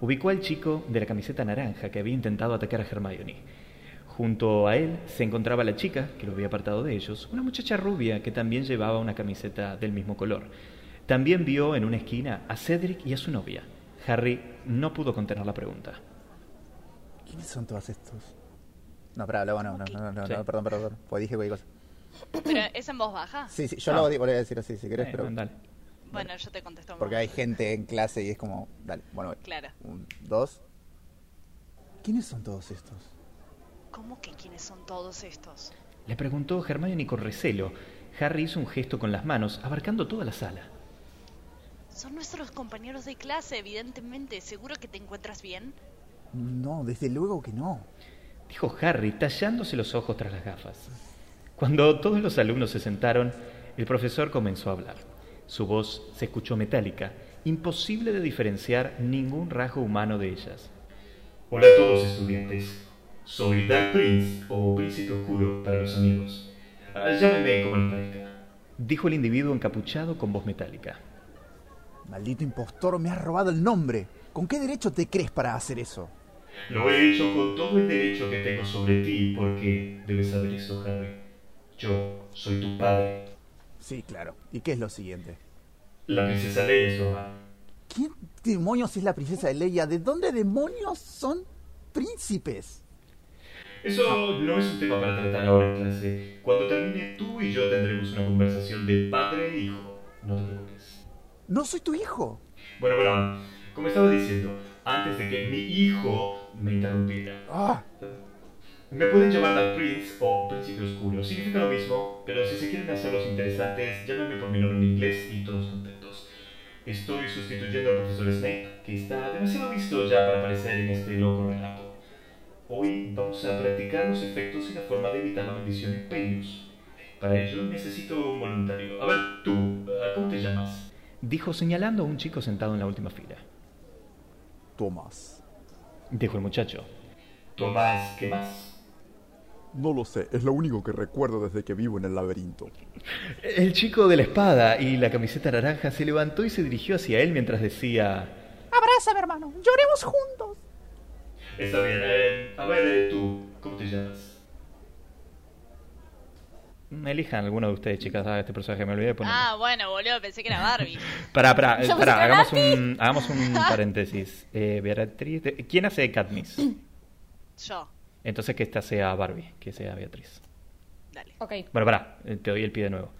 ubicó al chico de la camiseta naranja que había intentado atacar a Hermione. Junto a él se encontraba la chica, que lo había apartado de ellos, una muchacha rubia que también llevaba una camiseta del mismo color. También vio en una esquina a Cedric y a su novia. Harry no pudo contener la pregunta. ¿Quiénes son todos estos? No, pará, luego no, no, no, no, no, Sí. no, perdón, perdón, perdón. Pues dije cualquier cosa. ¿Pero es en voz baja? Sí, sí, yo Ah. lo voy a decir así, si querés, Eh, pero. mandale. Bueno, yo te contesto. en Porque voz hay gente en clase y es como. Dale, bueno, voy. Claro. Un, dos. ¿Quiénes son todos estos? baja. ¿Cómo que quiénes son todos estos? Le preguntó Hermione con recelo. Harry hizo un gesto con las manos, abarcando toda la sala. Son nuestros compañeros de clase, evidentemente. ¿Seguro que te encuentras bien? No, desde luego que no. dijo Harry, tallándose los ojos tras las gafas. Cuando todos los alumnos se sentaron, el profesor comenzó a hablar. Su voz se escuchó metálica, imposible de diferenciar ningún rasgo humano de ellas. Hola a todos estudiantes. Soy Dark Prince o Príncipe Oscuro para los amigos. Ah, Llámeme como les parezca. Dijo el individuo encapuchado con voz metálica. Maldito impostor, me has robado el nombre. ¿Con qué derecho te crees para hacer eso? Lo he hecho con todo el derecho que tengo sobre ti porque debes saber esto, Harry. Yo soy tu padre. Sí, claro. ¿Y qué es lo siguiente? La princesa Leia es tu mamá. ¿Quién demonios es la princesa de Leia? ¿De dónde demonios son príncipes? Eso Ah, no es un tema para tratar ahora en clase. Cuando termine tú y yo tendremos una conversación de padre e hijo. No te preocupes. No soy tu hijo. Bueno, bueno, como estaba diciendo, antes de que mi hijo me interrumpiera. Ah, Me pueden llamar Dark Prince o Príncipe Oscuro, significa lo mismo, pero si se quieren hacer los interesantes, llámenme por mi nombre en inglés y todos contentos. Estoy sustituyendo al profesor Snape, que está demasiado visto ya para aparecer en este loco relato. Hoy vamos a practicar los efectos y la forma de evitar la bendición Imperius. Para ello necesito un voluntario. A ver, tú, ah, ¿cómo te llamas? Dijo señalando a un chico sentado en la última fila. Tomás. Dijo el muchacho. Tomás, ¿qué más? No lo sé, es lo único que recuerdo desde que vivo en el laberinto. El chico de la espada y la camiseta naranja se levantó y se dirigió hacia él mientras decía... Abrázame, hermano. Lloremos juntos. Está bien, eh, a ver, eh, tú, ¿cómo te llamas? Elijan alguno de ustedes, chicas, a este personaje me olvidé de poner. Ah, bueno, boludo, pensé que era Barbie. Pará, pará, Yo pensé pará, que era hagamos Nati. un, hagamos un paréntesis. Eh, Beatriz, de- ¿quién hace de Katniss? Yo. Entonces que esta sea Barbie, que sea Beatriz. Dale. Ok, Bueno, pará, eh, te doy el pie de nuevo.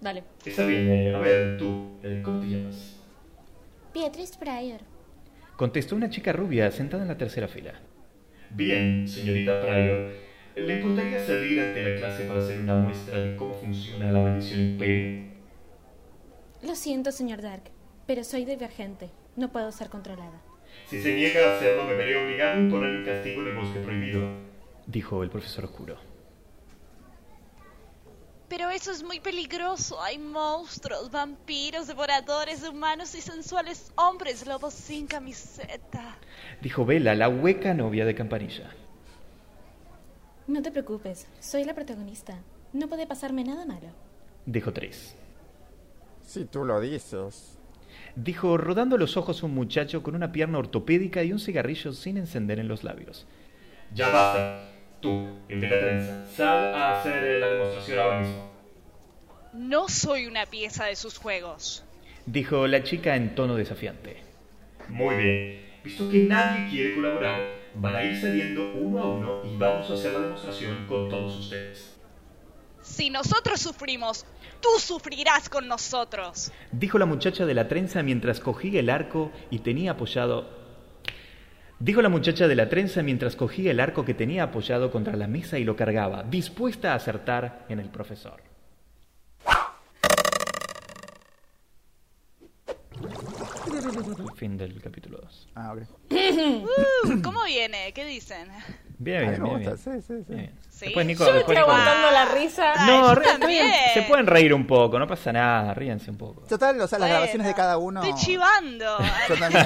dale. Está bien, eh, a ver, tú, eh, ¿cómo te llamas? Beatriz Breyer. Contestó una chica rubia sentada en la tercera fila. Bien, señorita Pryor. ¿Le importaría salir ante la clase para hacer una muestra de cómo funciona la bendición imperio? Lo siento, señor Dark, pero soy divergente. No puedo ser controlada. Si se niega a hacerlo, me veré obligado a imponer un castigo en el bosque prohibido. Dijo el profesor oscuro. Pero eso es muy peligroso. Hay monstruos, vampiros, devoradores de humanos y sensuales hombres lobos sin camiseta. Dijo Vela, la hueca novia de Campanilla. No te preocupes, soy la protagonista. No puede pasarme nada malo. Dijo Tris. Si tú lo dices. Dijo rodando los ojos un muchacho con una pierna ortopédica y un cigarrillo sin encender en los labios. Ya basta. Tú, el de la trenza, sal a hacer eh, la demostración ahora mismo. No soy una pieza de sus juegos. Dijo la chica en tono desafiante. Muy bien. Visto que nadie quiere colaborar, van a ir saliendo uno a uno y vamos a hacer la demostración con todos ustedes. Si nosotros sufrimos, tú sufrirás con nosotros. Dijo la muchacha de la trenza mientras cogía el arco y tenía apoyado... Dijo la muchacha de la trenza mientras cogía el arco que tenía apoyado contra la mesa y lo cargaba, dispuesta a acertar en el profesor. Fin del capítulo 2. Ah, ok. Uh, ¿Cómo viene? ¿Qué dicen? Bien, Ay, bien, me bien, gusta, bien. sí, sí, sí. Bien. Sí. Después Nico, Yo me después estoy Nico- aguantando la risa. Ay, No, yo re- está bien. también. se pueden reír un poco, no pasa nada, ríanse un poco. Total, o sea, las Bueno, grabaciones de cada uno. Estoy chivando. Yo también.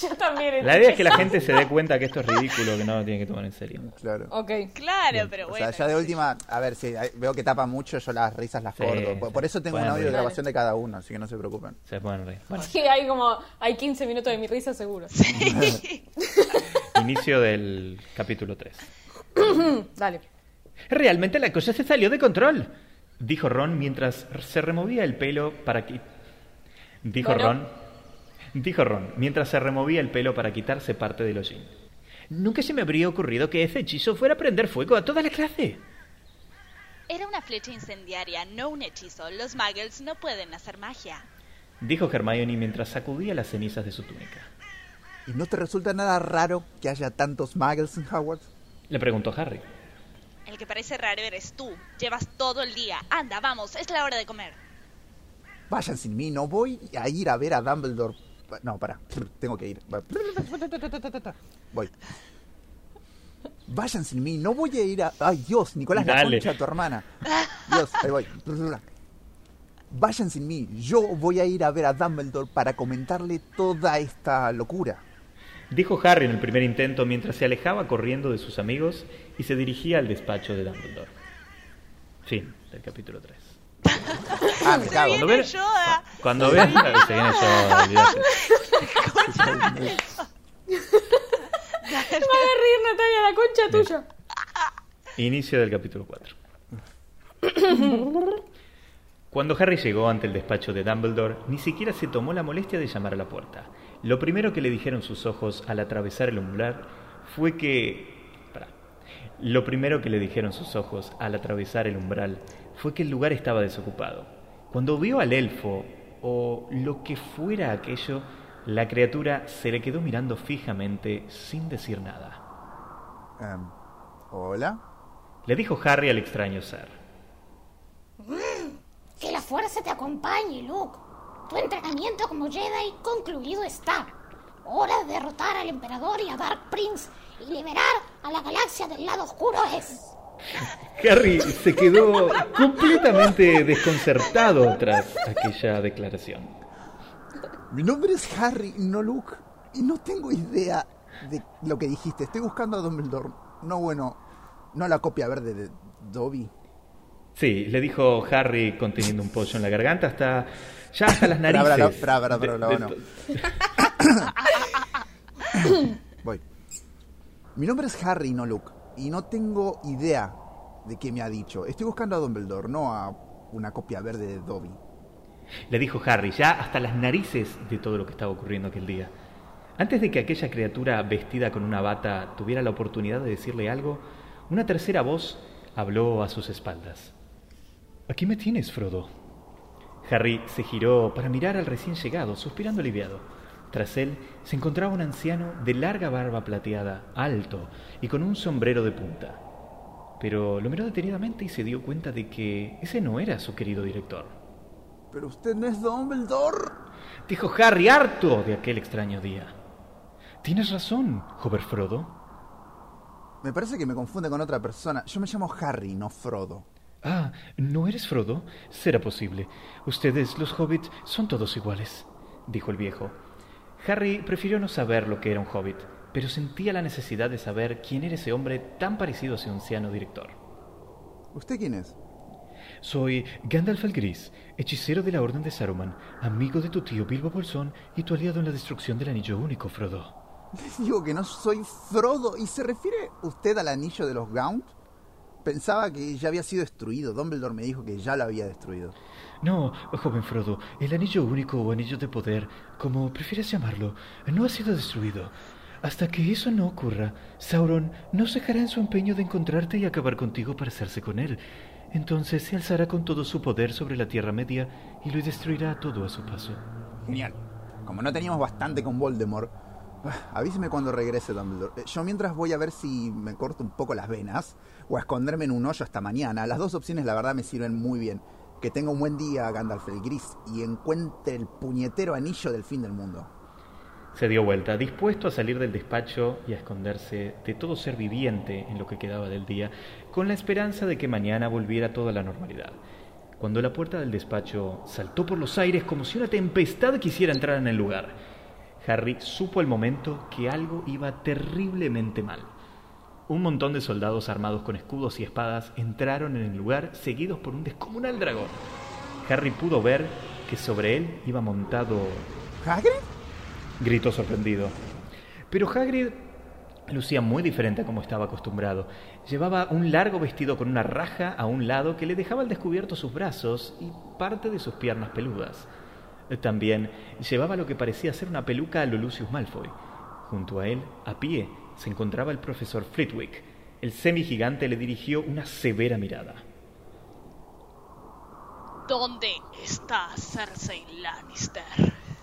Yo también. estoy La idea es que la gente se dé cuenta que esto es ridículo, que no lo tiene que tomar en serio. claro. Ok. Claro, pero o bueno. sea, ya de última, a ver, si hay- veo que tapa mucho, yo las risas las Sí, corto. Por, sí. por eso tengo un Bueno, audio de dale. grabación de cada uno, así que no se preocupen. Se pueden reír. Bueno, Sí, hay como. Hay 15 minutos de mi risa seguro. inicio del capítulo 3. Dale. Realmente la cosa se salió de control, dijo Ron mientras se removía el pelo para qui- dijo Bueno. Ron, dijo Ron mientras se removía el pelo para quitarse parte del hollín. Nunca se me habría ocurrido que ese hechizo fuera a prender fuego a toda la clase. Era una flecha incendiaria, no un hechizo. Los muggles no pueden hacer magia. Dijo Hermione mientras sacudía las cenizas de su túnica. ¿Y no te resulta nada raro que haya tantos muggles en Howard? Le preguntó Harry. El que parece raro eres tú. Llevas todo el día. Anda, vamos, es la hora de comer. Vayan sin mí, no voy a ir a ver a Dumbledore. Pa- No, para, tengo que ir. Va- Voy. Vayan sin mí, no voy a ir a. Ay, Dios, Nicolás, la Dale. concha de tu hermana. Dios, ahí voy. Vayan sin mí, yo voy a ir a ver a Dumbledore para comentarle toda esta locura. Dijo Harry en el primer intento mientras se alejaba corriendo de sus amigos y se dirigía al despacho de Dumbledore. Fin del capítulo 3. Ah, me cago. Viene ven- Yoda. Cuando vean se viene Yoda, olvídate. Me voy a reír, Natalia, la concha tuya. Inicio del capítulo 4. Cuando Harry llegó ante el despacho de Dumbledore, ni siquiera se tomó la molestia de llamar a la puerta. Lo primero que le dijeron sus ojos al atravesar el umbral fue que... pará. Lo primero que le dijeron sus ojos al atravesar el umbral fue que el lugar estaba desocupado. Cuando vio al elfo, o lo que fuera aquello, la criatura se le quedó mirando fijamente sin decir nada. Em, Hola. Le dijo Harry al extraño ser. Que la fuerza te acompañe, Luke. Tu entrenamiento como Jedi concluido está. Hora de derrotar al emperador y a Dark Prince y liberar a la galaxia del lado oscuro es. Harry se quedó completamente desconcertado tras aquella declaración. Mi nombre es Harry, no Luke. Y no tengo idea de lo que dijiste. Estoy buscando a Dumbledore. No, bueno, no la copia verde de Dobby. Sí, le dijo Harry conteniendo un pollo en la garganta hasta ya hasta las Pará, narices. pará, pará, pará, pará, De- no, de- no. Voy. Mi nombre es Harry, no Luke. Y no tengo idea de qué me ha dicho. Estoy buscando a Dumbledore, no a una copia verde de Dobby. Le dijo Harry ya hasta las narices de todo lo que estaba ocurriendo aquel día. Antes de que aquella criatura vestida con una bata tuviera la oportunidad de decirle algo, una tercera voz habló a sus espaldas. Aquí me tienes, Frodo. Harry se giró para mirar al recién llegado, suspirando aliviado. Tras él se encontraba un anciano de larga barba plateada, alto y con un sombrero de punta. Pero lo miró detenidamente y se dio cuenta de que ese no era su querido director. Pero usted no es Dumbledore. Dijo Harry harto de aquel extraño día. Tienes razón, joven Frodo. Me parece que me confunde con otra persona. Yo me llamo Harry, no Frodo. Ah, ¿no eres Frodo? Será posible. Ustedes, los hobbits, son todos iguales, dijo el viejo. Harry prefirió no saber lo que era un hobbit, pero sentía la necesidad de saber quién era ese hombre tan parecido a ese anciano director. ¿Usted quién es? Soy Gandalf el Gris, hechicero de la Orden de Saruman, amigo de tu tío Bilbo Bolsón y tu aliado en la destrucción del Anillo Único, Frodo. Digo que no soy Frodo. ¿Y se refiere usted al anillo de los Gaunt? Pensaba que ya había sido destruido. Dumbledore me dijo que ya lo había destruido. No, joven Frodo, el anillo único o anillo de poder, como prefieras llamarlo, no ha sido destruido. Hasta que eso no ocurra, Sauron no cejará en su empeño de encontrarte y acabar contigo para hacerse con él. Entonces se alzará con todo su poder sobre la Tierra Media y lo destruirá todo a su paso. Genial. Como no teníamos bastante con Voldemort, ah, avíseme cuando regrese Dumbledore. Eh, Yo mientras voy a ver si me corto un poco las venas o a esconderme en un hoyo hasta mañana. Las dos opciones la verdad me sirven muy bien. Que tenga un buen día Gandalf el Gris y encuentre el puñetero anillo del fin del mundo. Se dio vuelta, dispuesto a salir del despacho y a esconderse de todo ser viviente en lo que quedaba del día, con la esperanza de que mañana volviera toda la normalidad. Cuando la puerta del despacho saltó por los aires como si una tempestad quisiera entrar en el lugar, Harry supo al momento que algo iba terriblemente mal. Un montón de soldados armados con escudos y espadas entraron en el lugar seguidos por un descomunal dragón. Harry pudo ver que sobre él iba montado ¿Hagrid? gritó sorprendido. Pero Hagrid lucía muy diferente a como estaba acostumbrado. Llevaba un largo vestido con una raja a un lado que le dejaba al descubierto sus brazos y parte de sus piernas peludas. También llevaba lo que parecía ser una peluca a lo Lucius Malfoy. Junto a él, a pie, se encontraba el profesor Flitwick. El semigigante le dirigió una severa mirada. ¿Dónde está Cersei Lannister?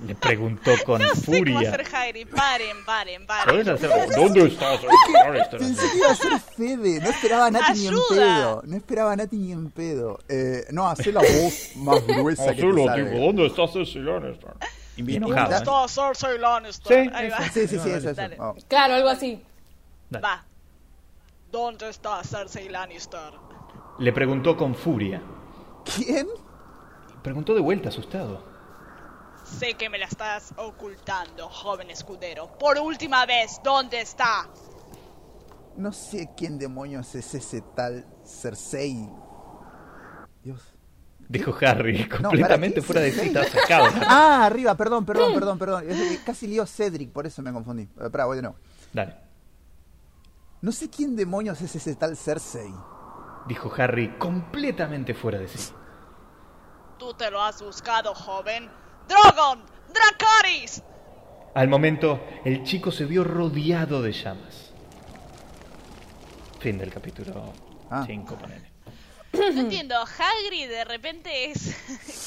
Le preguntó con no sé cómo furia. hacer Hagrid. Paren, paren, ¿Podés paren. hacer- ¿Dónde estás? ¿Dónde estás? Pensé que iba a ser Fede, no esperaba a Nati ni en Ayuda. pedo. No esperaba a Nati ni en pedo. Eh, no, hacé la voz más gruesa que te Hacelo, salga. tipo, ¿dónde estás ese Lannister? Bien Invita- enojado, ¿eh? Está Cersei Lannister. Sí, Ahí va. Sí, sí, sí, No, eso, Oh. eso. dale. Vamos. Claro, algo así. Dale. Va. ¿Dónde está Cersei Lannister? Le preguntó con furia. ¿Quién? Preguntó de vuelta, asustado. Sé que me la estás ocultando, joven escudero. Por última vez, ¿dónde está? No sé quién demonios es ese tal Cersei. Dios. Dijo Harry, No, completamente ¿para qué? fuera de sí, Sí. estaba sacado. Ah, arriba, perdón, perdón, perdón, perdón. Es que Casi lío Cedric, por eso me confundí. Eh, Pará, voy de nuevo. Dale. No sé quién demonios es ese tal Cersei. Dijo Harry, completamente fuera de sí. Tú te lo has buscado, joven. ¡Drogon! ¡Dracaris! Al momento, el chico se vio rodeado de llamas. Fin del capítulo Ah. 5, ponele. No entiendo, Hagrid de repente es.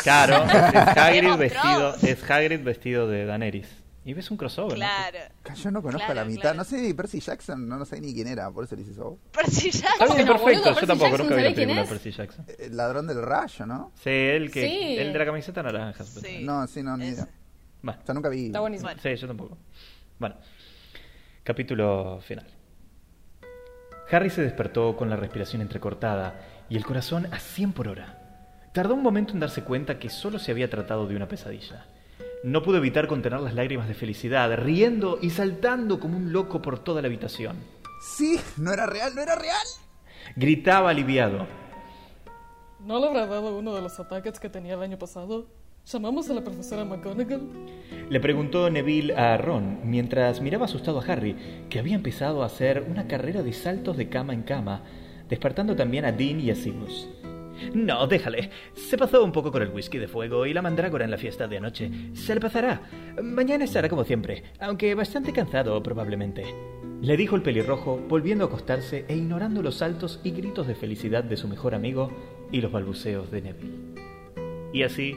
Claro, es Game Hagrid of vestido, Thrones. es Hagrid vestido de Daenerys. Y ves un crossover, ¿no? claro. Yo no conozco a la Claro, mitad. claro. No sé ni Percy Jackson, no, no sé ni quién era, por eso le hice eso. Pero si ya. Está bien, Bueno, perfecto. boludo, Yo Percy tampoco Jackson, nunca vi la ¿sabés quién película de es? Percy Jackson. Eh, El ladrón del rayo, ¿no? Sí, el que Sí. el de la camiseta naranja. Sí. No, sí, no, ni Ese. idea. Bueno, O sea, nunca vi. Está buenísimo. sí, yo tampoco. Bueno, capítulo final. Harry se despertó con la respiración entrecortada y el corazón a 100 por hora. Tardó un momento en darse cuenta que solo se había tratado de una pesadilla. No pudo evitar contener las lágrimas de felicidad, riendo y saltando como un loco por toda la habitación. Sí, no era real, no era real. Gritaba aliviado. ¿No le habrá dado uno de los ataques que tenía el año pasado? ¿Llamamos a la profesora McGonagall? Le preguntó Neville a Ron mientras miraba asustado a Harry, que había empezado a hacer una carrera de saltos de cama en cama, despertando también a Dean y a Simus. No, déjale. Se pasó un poco con el whisky de fuego y la mandrágora en la fiesta de anoche. Se le pasará. Mañana estará como siempre, aunque bastante cansado probablemente. Le dijo el pelirrojo, volviendo a acostarse e ignorando los saltos y gritos de felicidad de su mejor amigo y los balbuceos de Neville. Y así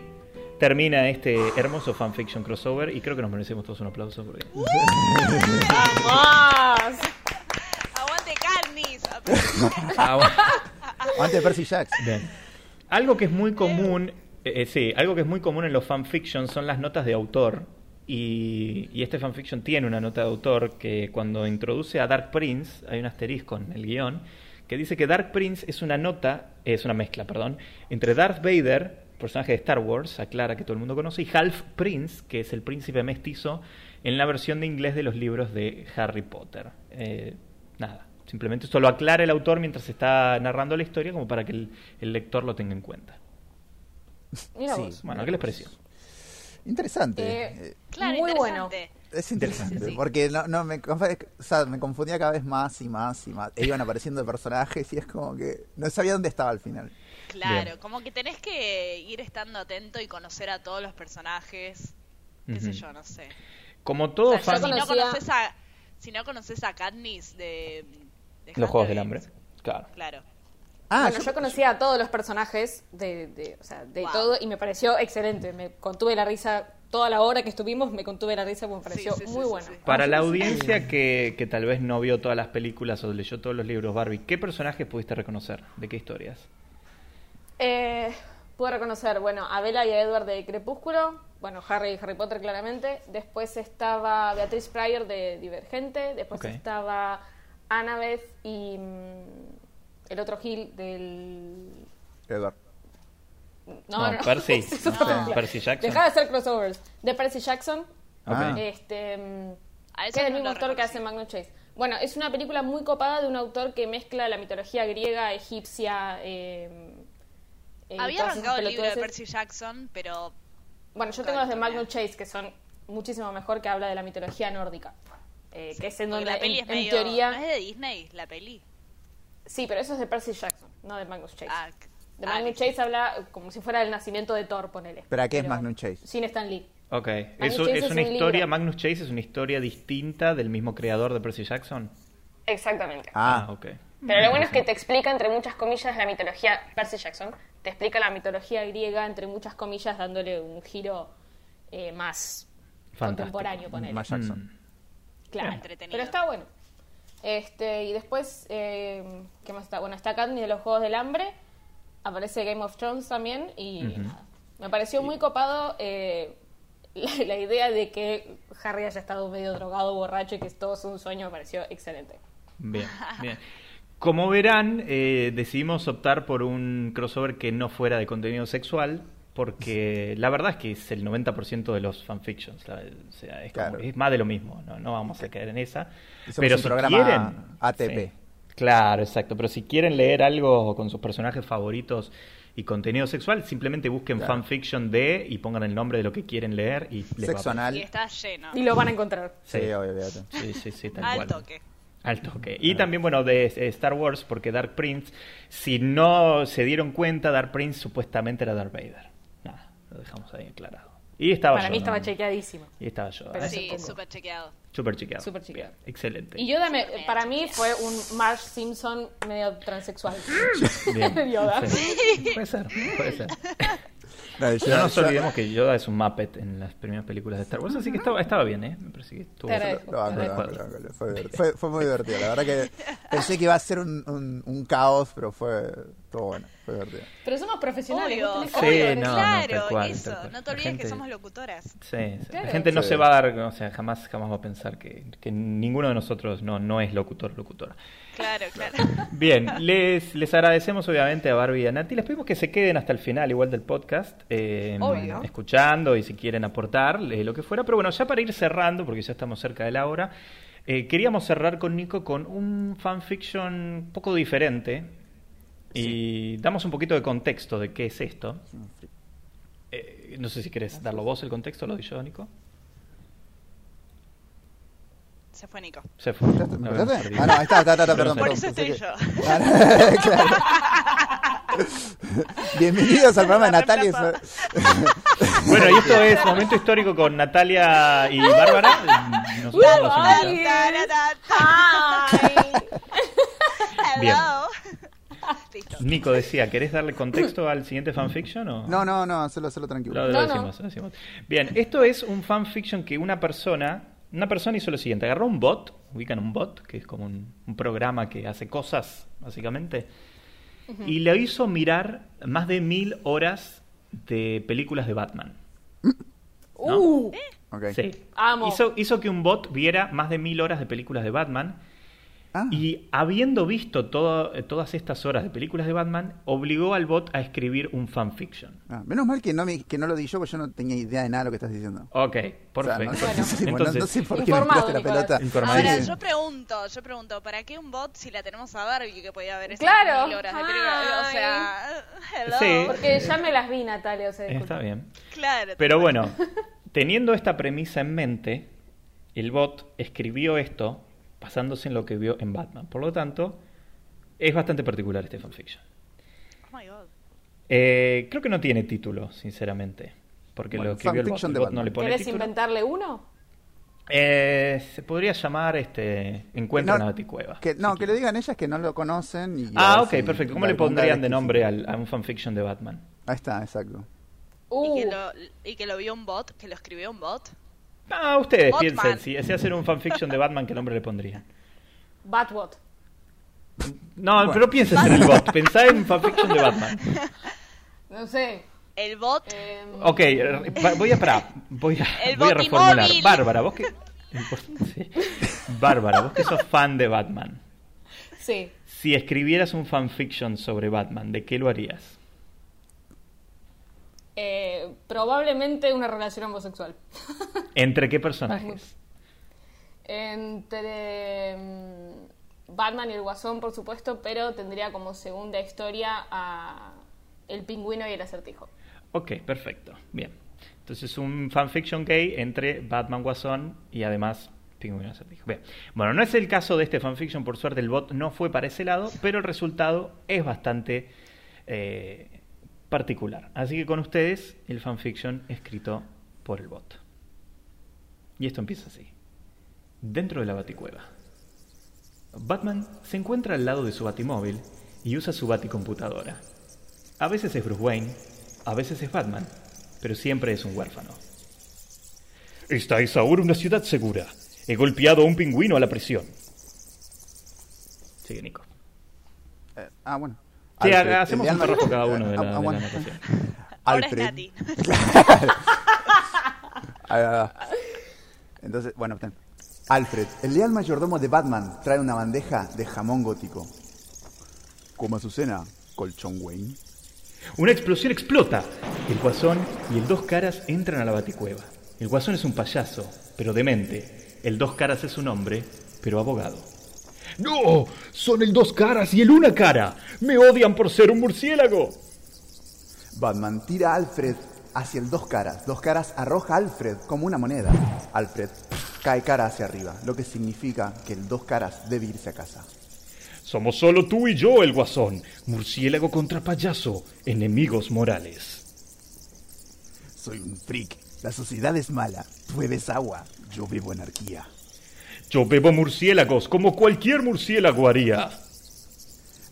termina este hermoso fanfiction crossover y creo que nos merecemos todos un aplauso porque Aguante, Carnis. Ah, bueno. Antes de Percy Jackson. Bien. Algo que es muy común, eh, eh, sí, algo que es muy común en los fanfiction son las notas de autor. Y, y este fanfiction tiene una nota de autor que cuando introduce a Dark Prince, hay un asterisco en el guión, que dice que Dark Prince es una nota, eh, es una mezcla, perdón, entre Darth Vader, personaje de Star Wars, aclara que todo el mundo conoce, y Half Prince, que es el príncipe mestizo, en la versión de inglés de los libros de Harry Potter. Eh, nada, simplemente esto lo aclara el autor mientras está narrando la historia como para que el, el lector lo tenga en cuenta. Mira Sí. vos. Bueno, ¿qué les pareció? Interesante. Eh, Eh, Claro, Muy interesante. Es interesante, Sí, sí, sí. porque no, no, me, conf- o sea, me confundía cada vez más y más y más. E iban apareciendo personajes y es como que no sabía dónde estaba al final. Claro, Bien. como que tenés que ir estando atento y conocer a todos los personajes. Qué sé Ujú. yo, no sé. Como O todo sea, fan si, no conocía- conoces a, si no conoces a Katniss de, de Hunger los Juegos del Hambre. Games, Claro. Claro. Ah, bueno, yo, conocía a todos los personajes de, de- o sea, de Wow. todo y me pareció excelente. Me contuve la risa toda la hora que estuvimos, me contuve la risa porque me Sí, pareció sí, sí, muy sí, bueno. sí. Para la audiencia que, que tal vez no vio todas las películas o leyó todos los libros Barbie, ¿qué personajes pudiste reconocer? ¿De qué historias? Eh, pude reconocer, bueno, a Bella y a Edward de Crepúsculo, bueno, Harry y Harry Potter claramente. Después estaba Beatriz Pryor de Divergente, después Ok. estaba Annabeth y mm, el otro Gil del... Edward. No, Percy. ese es otro No. Gil. Percy Jackson. Dejá de hacer crossovers. De Percy Jackson, Ah. Ok. este, mm, A que eso es el no mismo lo autor que reconocí. hace Magnum Chase. Bueno, es una película muy copada de un autor que mezcla la mitología griega, egipcia... eh, eh, Había todas esas arrancado el libro de pelotudeces. Percy Jackson, pero Bueno, yo Nunca tengo los de lo tomé. Magnus Chase, que son muchísimo mejor, que habla de la mitología nórdica. Eh, que es en porque donde, la peli es en, en medio... teoría... ¿No es de Disney la peli? Sí, pero eso es de Percy Jackson, no de Magnus Chase. Ah, de ah, Magnus listo. Chase habla como si fuera el nacimiento de Thor, ponele. ¿Pero a qué es Magnus Chase? Sin Stan Lee. Ok. Magnus Eso Chase es es una un historia, libro. Magnus Chase es una historia distinta del mismo creador de Percy Jackson. Exactamente. Ah, ok. Pero lo bueno es que te explica, entre muchas comillas, la mitología... Percy Jackson te explica la mitología griega, entre muchas comillas, dándole un giro eh, más Fantástico. contemporáneo, ponele. Más Jackson. Mm. Claro, Bien. Entretenido. pero está bueno. Este, y después, eh, ¿qué más está? Bueno, está Katniss de los Juegos del Hambre, aparece Game of Thrones también, y nada. Me pareció muy copado eh, la, la idea de que Harry haya estado medio drogado, borracho, y que todo es un sueño, me pareció excelente. Bien, bien. Como verán, eh, decidimos optar por un crossover que no fuera de contenido sexual, porque la verdad es que es el 90% de los fanfictions. la- O sea, es, como- Claro. es más de lo mismo, no, no vamos a caer en esa. Hicimos Pero un si programa quieren. ATP. Sí. Claro, exacto. Pero si quieren leer algo con sus personajes favoritos y contenido sexual, simplemente busquen Claro. fanfiction de y pongan el nombre de lo que quieren leer y les va a Sexo aparecer. anal. Y está lleno. Y lo van a encontrar. Sí, Sí. obviamente. Sí, sí, sí, tal Al cual. toque. Al toque. Y también, bueno, de eh, Star Wars, porque Dark Prince, si no se dieron cuenta, Dark Prince supuestamente era Darth Vader. Nada, lo dejamos ahí aclarado. Y estaba Para yo, mí ¿no? estaba chequeadísimo. Y estaba yo. Pero ¿eh? sí, Sí, poco. súper chequeado. Súper chequeado. Súper chequeado. Bien, excelente. Y yo dame, para mí fue un Marge Simpson medio transexual. Bien, Yoda. sí. Puede ser, puede ser. No, yo- No nos yo- olvidemos que Yoda es un Muppet en las primeras películas de Star Wars, así que estaba, estaba bien, ¿eh? Me parece que estuvo... Te agradezco. lo banco, lo banco, lo banco, Fue, divertido. Fue- fue muy divertido. La verdad que pensé que iba a ser un, un- un caos, pero fue todo bueno. Fue divertido. Pero somos profesionales. Obvio, vos tenés que- Sí, obvio, no, no, tal claro, cual, eso. tal cual. No te olvides La gente- que somos locutoras. Sí, sí. Claro. la gente no Sí. se va a dar, o sea, jamás, jamás va a pensar que, que ninguno de nosotros no, no es locutor, locutora. Claro, claro. Bien, les, les agradecemos obviamente a Barbie y a Nati. Les pedimos que se queden hasta el final, igual del podcast, eh, Obvio. escuchando y si quieren aportar eh, lo que fuera. Pero bueno, ya para ir cerrando, porque ya estamos cerca de la hora, eh, queríamos cerrar con Nico con un fanfiction un poco diferente. Y damos un poquito de contexto de qué es esto. Eh, no sé si querés darlo vos el contexto, lo di yo, Nico. Se fue Nico. Se fue. ¿Me Lo escuchaste? habíamos perdido. Ah, no, ahí está, está, está, Yo está, no perdón. sé. Por perdón, eso pensé que- estoy yo. Ah, claro. Bienvenidos al programa de La Natalia. y reemplazada. Fer- Bueno, y esto es Momento Histórico con Natalia y Bárbara. Nosotros los invitamos. Bien. Hello. Listo. Nico decía, ¿querés darle contexto al siguiente fanfiction o...? No, no, no, solo, solo tranquilo. Lo, lo No, no. decimos, lo decimos. Bien, esto es un fanfiction que una persona, una persona hizo lo siguiente, agarró un bot, ubican un bot, que es como un, un programa que hace cosas, básicamente, y le hizo mirar más de mil horas de películas de Batman. ¿no? Uh, Ok. Sí. Amo. Hizo, hizo que un bot viera más de mil horas de películas de Batman. Ah. Y habiendo visto todo- eh, todas estas horas de películas de Batman, obligó al bot a escribir un fanfiction. Ah, menos mal que no, me- que no lo di yo, porque yo no tenía idea de nada de lo que estás diciendo. Ok, O sea, perfecto. no, sé, bueno, no sé Entonces, por qué me Informado, tiraste la Nicolás. pelota. Informado. Ahora, Sí. yo pregunto, yo pregunto, ¿para qué un bot si la tenemos a Barbie que podía ver esas Claro. mil horas de película? O Ay. sea, hello. Sí. porque ya me las vi, Natalia, o sea, disculpa. está bien. Claro. Pero bueno, teniendo esta premisa en mente, el bot escribió esto basándose en lo que vio en Batman. Por lo tanto, es bastante particular este fanfiction. Oh my god. Eh, creo que no tiene título, sinceramente. Porque Bueno, lo escribió el bot, fanfiction el de bot no Batman. le pone ¿Querés título. inventarle uno? Eh, se podría llamar este Encuentro en la Baticueva. Que, no, que le digan ellas que no lo conocen. Y Ah, a ok, ver si perfecto. ¿Cómo le algún día pondrían les de quise- nombre al- a un fanfiction de Batman? Ahí está, exacto. Uh, Y, que lo, y que lo vio un bot, que lo escribió un bot. Ah, ustedes Batman. piensen, si si hacen un fanfiction de Batman, ¿qué nombre le pondrían? Batbot. No, pero piensen en el bot, pensá en un fanfiction de Batman. No sé. El bot. em, Ok, eh. re- va- voy a parar, voy a, El voy a Botimóvil. reformular. Bárbara, vos que... sí. Bárbara, vos que sos fan de Batman. sí. Si escribieras un fanfiction sobre Batman, ¿de qué lo harías? Eh, probablemente una relación homosexual. ¿Entre qué personajes? Entre mm, Batman y el Guasón, por supuesto, pero tendría como segunda historia a el pingüino y el acertijo. Ok, perfecto. Bien. Entonces un fanfiction gay entre Batman Guasón y además Pingüino Acertijo. Bien. Bueno, no es el caso de este fanfiction, por suerte el bot no fue para ese lado, pero el resultado es bastante eh, particular. Así que con ustedes el fanfiction escrito por el bot. Y esto empieza así. Dentro de la baticueva. Batman se encuentra al lado de su batimóvil y usa su baticomputadora. A veces es Bruce Wayne, a veces es Batman, pero siempre es un huérfano. Esta es ahora una ciudad segura. He golpeado a un pingüino a la prisión. Sigue Nico. Eh, ah, bueno. Sí, Alfred, ha- hacemos el de un Alma- párrafo cada uno de la, Ah, de la bueno. narración. Ahora es Alfred. Nati. Ah, Entonces, bueno, ten. Alfred, el leal mayordomo de Batman trae una bandeja de jamón gótico. Como Azucena, colchón Wayne. Una explosión explota. El guasón y el dos caras entran a la baticueva. El guasón es un payaso, pero demente. El dos caras es un hombre, pero abogado. ¡No! Son el dos caras y el una cara. Me odian por ser un murciélago. Batman tira a Alfred hacia el dos caras. Dos caras arroja a Alfred como una moneda. Alfred cae cara hacia arriba, lo que significa que el dos caras debe irse a casa. Somos solo tú y yo, el guasón. Murciélago contra payaso. Enemigos morales. Soy un freak. La sociedad es mala. Tú bebes agua. Yo bebo anarquía. Yo bebo murciélagos como cualquier murciélago haría.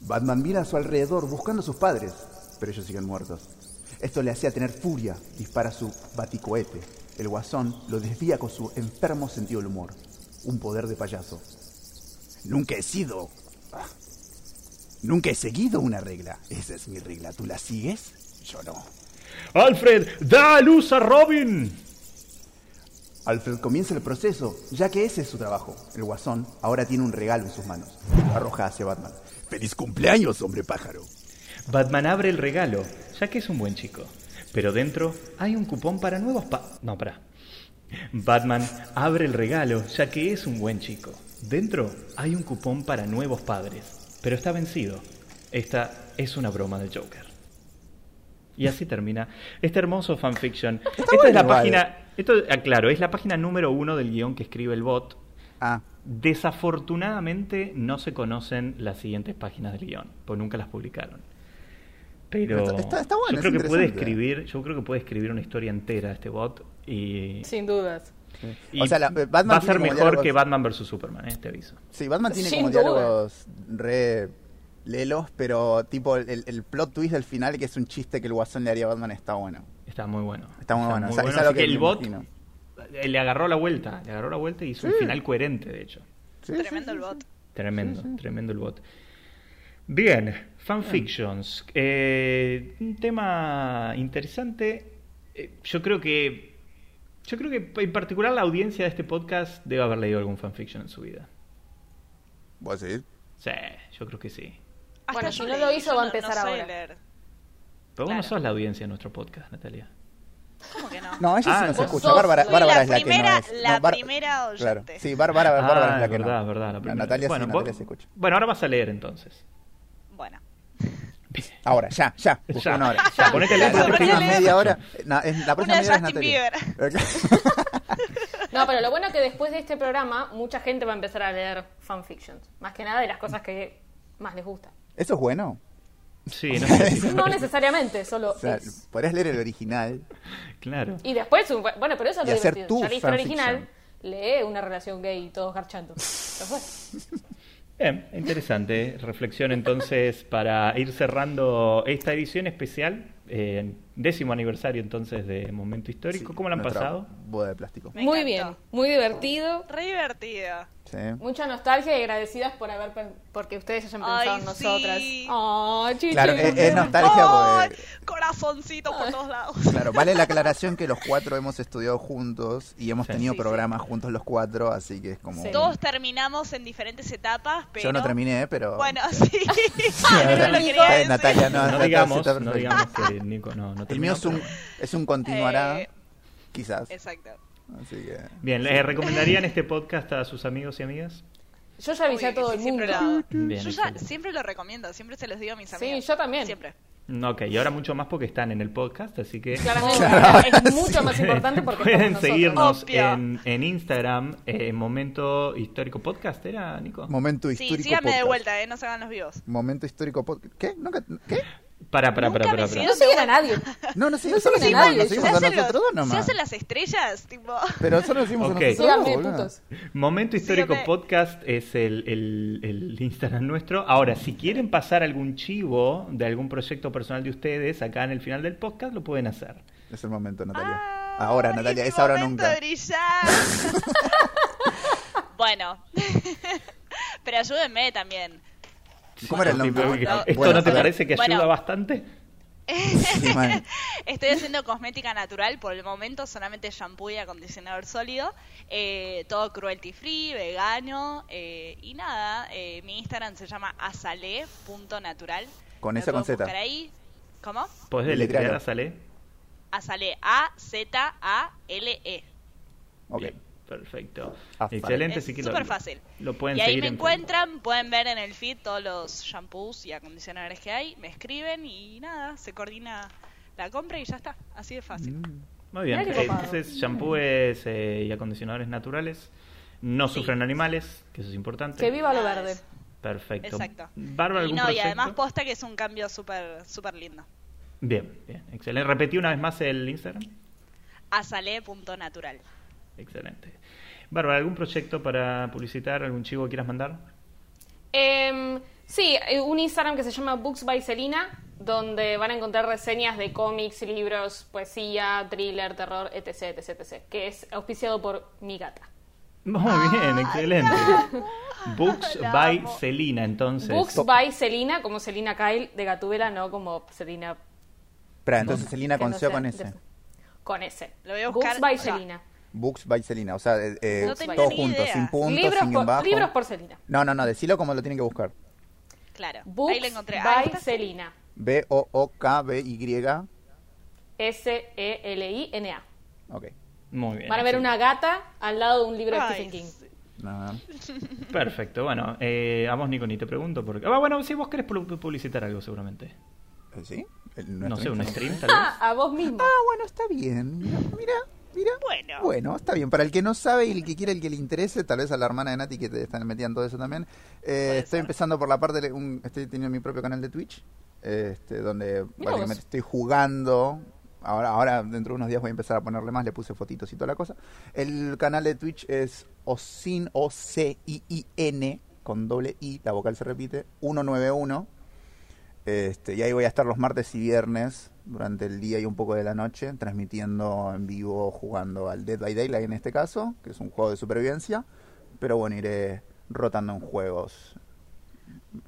Batman mira a su alrededor buscando a sus padres, pero ellos siguen muertos. Esto le hacía tener furia. Dispara su baticohete. El guasón lo desvía con su enfermo sentido del humor. Un poder de payaso. Nunca he sido. ah, Nunca he seguido una regla. Esa es mi regla. ¿Tú la sigues? Yo no. Alfred, da a luz a Robin. Alfred comienza el proceso, ya que ese es su trabajo. El guasón ahora tiene un regalo en sus manos. Lo arroja hacia Batman. ¡Feliz cumpleaños, hombre pájaro! Batman abre el regalo, ya que es un buen chico. Pero dentro hay un cupón para nuevos pa... No, para. Batman abre el regalo, ya que es un buen chico. Dentro hay un cupón para nuevos padres, pero está vencido. Esta es una broma del Joker. Y así termina este hermoso fanfiction. Esta es la bueno, vale. página... Esto, aclaro, es la página número uno del guión que escribe el bot. Ah, Desafortunadamente no se conocen las siguientes páginas del guión, porque nunca las publicaron. Pero Pero está- está- está bueno, yo es creo que puede interesante. escribir, yo creo que puede escribir una historia entera este bot y, Sin dudas. y O sea, la- eh, Batman va a tiene ser como mejor diálogos- que Batman vs Superman, eh, te aviso. Sí, Batman tiene Sin como duda. diálogos re lelos, pero tipo el, el plot twist del final, que es un chiste que el guasón le haría a Batman, está bueno. Está muy bueno. Está muy bueno, o sea, es así algo que que el me bot imagino. eh, le agarró la vuelta, le agarró la vuelta y hizo un final coherente, de hecho. Tremendo el bot. Tremendo, tremendo el bot. Bien, fanfictions. Eh, un tema interesante. Eh, yo creo que. Yo creo que en particular la audiencia de este podcast debe haber leído algún fanfiction en su vida. ¿Vos decís? Sí, yo creo que sí. Hasta Bueno, yo si no leí, lo hizo, yo va a no- empezar no sé ahora. leer. Pero vos no Claro. sos la audiencia de nuestro podcast, Natalia. ¿Cómo que no? No, ella Ah, sí nos vos escucha. sos Bárbara, la Bárbara es la primera- que no es. la no, Bar- primera oyente. Claro. Sí, Bárbara, Ah, Bárbara es la que verdad, no. verdad, la primera. Natalia bueno, sí, vos- Natalia se escucha. bueno, ahora vas a leer entonces. Bueno. Ahora, ya, ya. Busca Ya, una hora. ya, ponete a leer, La ponete a próxima leer. media hora. eh, na- es- la próxima Una media hora es Natalia. Justin Bieber. Ok. No, No, pero lo bueno es que después de este programa, mucha gente va a empezar a leer fanfictions. Más que nada de las cosas que más les gusta. Eso es bueno. Sí, no sé si- No necesariamente, solo. O sea, es. podrías leer el original. Claro. Y después, un- bueno, pero eso es Y lo hacer divertido. tu Ya la historia fanfiction. original, lee una relación gay y todos garchando. Los dos. Bien, interesante. Reflexión entonces para ir cerrando esta edición especial, eh, décimo aniversario entonces de Momento Histórico. Sí, ¿Cómo lo han nuestra pasado? Boda de plástico. Me muy bien, encantó. muy divertido. Re divertida. Sí. Mucha nostalgia y agradecidas por haber pen- porque ustedes hayan pensado Ay, en nosotras. sí. Oh, chichi, Claro, nos es, es vemos. nostalgia ¡Ay! porque- Corazoncito por todos lados. Claro, vale la aclaración que los cuatro hemos estudiado juntos y hemos Sí. tenido Sí, programas juntos los cuatro, así que es como... Sí. Todos terminamos en diferentes etapas, pero... Yo no terminé, pero... Bueno, sí. Claro. no lo Está quería bien, decir. Natalia, no, No, está- digamos, está no perfecto. digamos que Nico no, no El terminó, mío es un, pero- es un continuará, Eh, quizás. Exacto. Así que... Bien, ¿les recomendarían este podcast a sus amigos y amigas? Yo ya Obvio avisé a todo que el sí, mundo. siempre lo hago. Bien, yo ya excelente. siempre lo recomiendo, siempre se los digo a mis Sí, amigos. yo también. Siempre. No, Ok, y ahora mucho más porque están en el podcast, así que... Claramente, es mucho más importante porque Pueden estamos nosotros. seguirnos Obvio. en, en Instagram, eh, en Momento Histórico Podcast, ¿era, Nico? Momento Sí, histórico síganme de podcast. vuelta, eh, no se hagan los vivos. Momento histórico podcast. ¿Qué? ¿Nunca? ¿Qué? Para, para, para, Nunca me para. siento- No siguen a nadie. No, no, sí, No solo siguen a seguimos, nadie, nos ¿Se seguimos a hacen, los- nosotros dos se nomás. hacen las estrellas? Tipo... Pero solo nos seguimos Ok. a nosotros Síganme, dos, boludo. putos. Momento Histórico Síganme. Podcast es el, el- el Instagram nuestro. Ahora, si quieren pasar algún chivo de algún proyecto personal de ustedes acá en el final del podcast, lo pueden hacer. Es el momento, Natalia. Ah, ahora, es Natalia, mi es ahora momento nunca. de brillar. bueno. Pero ayúdenme también. ¿Cómo era el nombre? Sí, pero- No, ¿Esto bueno, no te pero- parece que ayuda bueno. bastante? Sí, man. Estoy haciendo cosmética natural por el momento, solamente shampoo y acondicionador sólido. Eh, todo cruelty free, vegano eh, y nada. eh, mi Instagram se llama azale.natural. Con Me esa con pueden Z. buscar ahí. ¿Cómo? ¿Podés Deletrealo. deletrear, Sale? Azale, A-Z-A-L-E. Ok. Bien, perfecto. Ah, vale. Excelente. Es así que súper fácil. Lo pueden y ahí seguir me en- encuentran, pueden ver en el feed todos los shampoos y acondicionadores que hay. Me escriben y nada, se coordina la compra y ya está. Así de fácil. Mm. Muy bien. Mirá qué copado. Entonces, shampoos eh, y acondicionadores naturales. No Sí. sufren animales, que eso es importante. Que viva lo Nada verde. es- Perfecto. Exacto. Bárbara, y ¿algún no, y además proyecto? posta que es un cambio súper súper lindo. Bien, bien. Excelente. Repetí una vez más el Instagram. Azale.natural. Excelente. Bárbara, ¿algún proyecto para publicitar? ¿Algún chivo que quieras mandar? Em, sí, eh, un Instagram que se llama Books by Selina, donde van a encontrar reseñas de cómics, libros, poesía, thriller, terror, etc, etc, etc, que es auspiciado por mi gata. Muy bien, excelente. Books by Celina, entonces. Books Top. by Selina, como Selina Kyle de Gatubela, no como Selina Espera, entonces Celina que con no C o sé, con de- S. Con ese. Lo voy a Books buscar by ya. Selina. Books by Celina, o sea, eh, eh, No tenía todos ni juntos, idea. sin puntos, Libros sin guión por, bajo. libros por Selina. No, no, no, decilo como lo tienen que buscar. Claro. ahí Books lo encontré. Ah, by está. Selina. B-O-O-K-B-Y. E S-E-L-I-N-A. Ok. Muy bien. Van a ver excelente. una gata al lado de un libro de Ay, Stephen King. sí. Nada. Perfecto, bueno, eh, a vos Nico ni te pregunto porque... Ah, bueno, si vos querés pu- publicitar algo seguramente. Eh, ¿Sí? El- No nuestro sé, un Instagram. stream tal Ah, vez. a vos mismo. Ah, bueno, está bien. Mira, mira, mira. Bueno. Bueno, está bien. Para el que no sabe y el que quiera, el que le interese, tal vez a la hermana de Nati que te están metiendo todo eso también. eh, estoy empezando por la parte de un- estoy teniendo mi propio canal de Twitch, este, donde básicamente estoy jugando. Ahora, ahora dentro de unos días voy a empezar a ponerle más, le puse fotitos y toda la cosa. El canal de Twitch es Ocin O C I I N con doble I, la vocal se repite, 191. Este, y ahí voy a estar los martes y viernes durante el día y un poco de la noche, transmitiendo en vivo, jugando al Dead by Daylight en este caso, que es un juego de supervivencia. Pero bueno, iré rotando en juegos.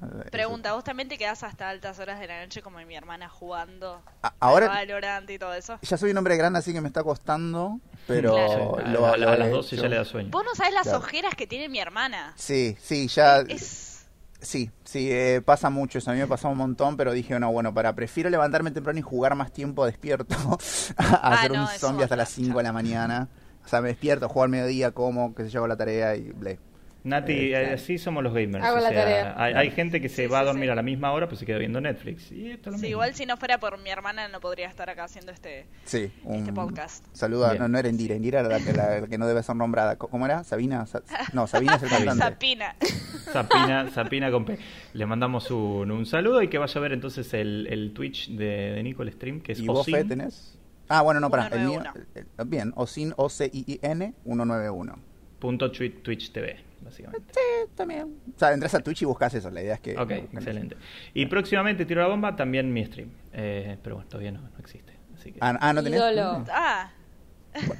Eh, Pregunta, ¿vos también te quedás hasta altas horas de la noche como mi hermana jugando? eso. A- ahora Valorant y todo eso. ya soy un hombre grande, así que me está costando, pero Claro, a- lo- a, lo a las he 12 ya hecho. le da sueño. Vos no sabés las Claro. ojeras que tiene mi hermana. Sí, sí, ya... Es... Sí, sí, eh, pasa mucho, eso a mí me pasó un montón, pero dije, no, bueno, para, prefiero levantarme temprano y jugar más tiempo despierto a hacer Ah, no, un eso zombie hasta ya, las 5 de ya. la mañana. O sea, me despierto, juego al mediodía, como, que se llevo la tarea y ble. Nati, eh, así somos los gamers. Hago o la sea, tarea. Ah, Hay, hay gente que se va a dormir a la misma hora, pero se queda viendo Netflix. Y esto es lo Sí, mismo. igual si no fuera por mi hermana no podría estar acá haciendo este... Sí, un podcast. saludo a, Bien. no, no era Indira, Indira era la que, la que no debe ser nombrada. Co- ¿Cómo era? Sabina, Sa- no, Sabina es el cantante. Sapina. Sapina, Sapina con P. Le mandamos un, un saludo y que vaya a ver entonces el, el Twitch de, de Nicole Stream, que es ¿Y vos, Osin. Fe, tenés? Ah, bueno, no, pará, el mío, 191. el- bien, Osin, O-C-I-I-N, 191. punto twi- Twitch TV, básicamente. También. O sea, entras a Twitch y buscas eso, la idea es que... Ok, que- excelente. Y próximamente, Tiro la Bomba, también mi stream. Eh, pero bueno, todavía no, no existe. Así que... Ah, ah, no tenés... Ídolo. Ah,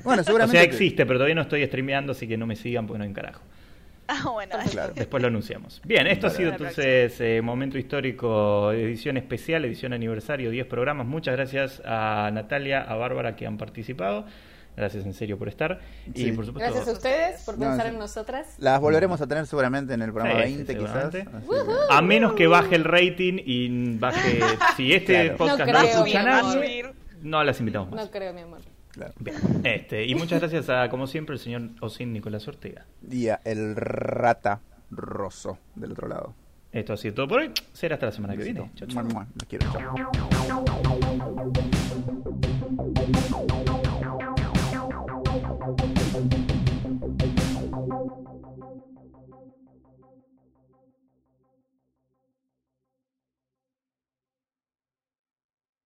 Bueno, o seguramente... sea, que- existe, pero todavía no estoy streameando, así que no me sigan porque no hay un carajo. ah bueno. Claro. Después lo anunciamos. Bien, esto ha sido Para la entonces eh, Momento Histórico, edición especial, edición aniversario, 10 programas. Muchas gracias a Natalia, a Bárbara que han participado. Gracias en serio por estar. Y Sí. por supuesto... Gracias a ustedes por No, pensar sí. en nosotras. Las volveremos a tener seguramente en el programa Sí, 20, sí, quizás. seguramente. así que- A menos que baje el rating y baje... Si este Claro. podcast No no, creo, escucha mi amor. nadie, no las invitamos más. No creo, mi amor. claro. Bien. Este, y muchas gracias a, como siempre, el señor Osin Nicolás Ortega. Día, el rata roso del otro lado. Esto ha sido todo por hoy. Será hasta la semana que viene. Chau, chau. Mua, mua, los quiero, chao.